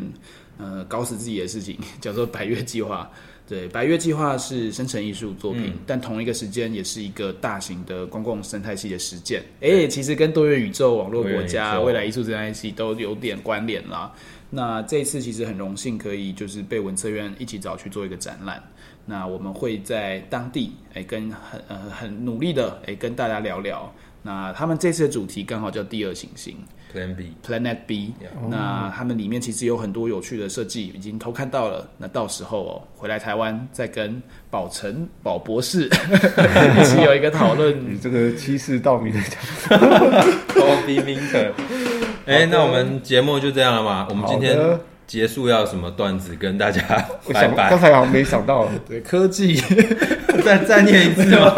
B: 呃搞死自己的事情，叫做百月计划。对，白月计划是生成艺术作品，但同一个时间也是一个大型的公共生态系的实践。哎、其实跟多元宇宙、网络国
A: 多元
B: 家、
A: 宇宙
B: 未来艺术生态系都有点关联啦。那这一次其实很荣幸可以就是被文策院一起找去做一个展览。那我们会在当地哎、跟很呃很努力的哎、跟大家聊聊。那他们这次的主题刚好叫第二行星。
A: Plan B。
B: Planet B，、那他们里面其实有很多有趣的设计，已经偷看到了。那到时候哦，回来台湾再跟宝成宝博士一起有一个讨论
C: 你。这个欺世盗名的讲，
A: Coffee Minter。哎， 那我们节目就这样了嘛？我们今天
C: 好的
A: 结束要什么段子跟大家
C: 我
A: 拜
C: 想刚
A: 拜？
C: 才好像没想到，
B: 对科技，
A: 再再念一次嘛？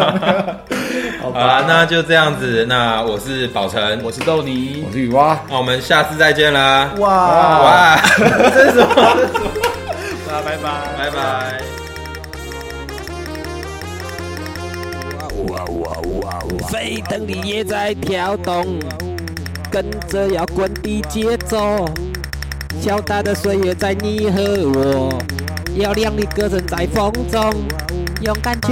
B: 好
A: 啊 好啦，那就这样子。那我是宝成，
B: 我是豆泥
C: 我，是雨蛙。
A: 那我们下次再见啦！
B: 哇，
A: 哇，这是什么？
B: 大家拜拜。
A: 拜拜。
D: 飞等你也在跳动，跟着摇滚的节奏，敲打的岁月在你和我，嘹亮的歌声在风中，用感觉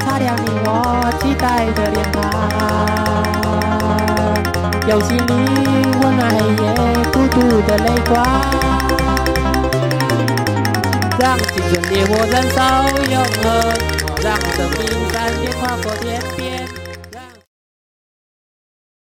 D: 擦亮你我期待的脸庞，用心灵温暖黑夜孤独的泪光。让青春烈火燃烧永恒，让生命闪电划过天边。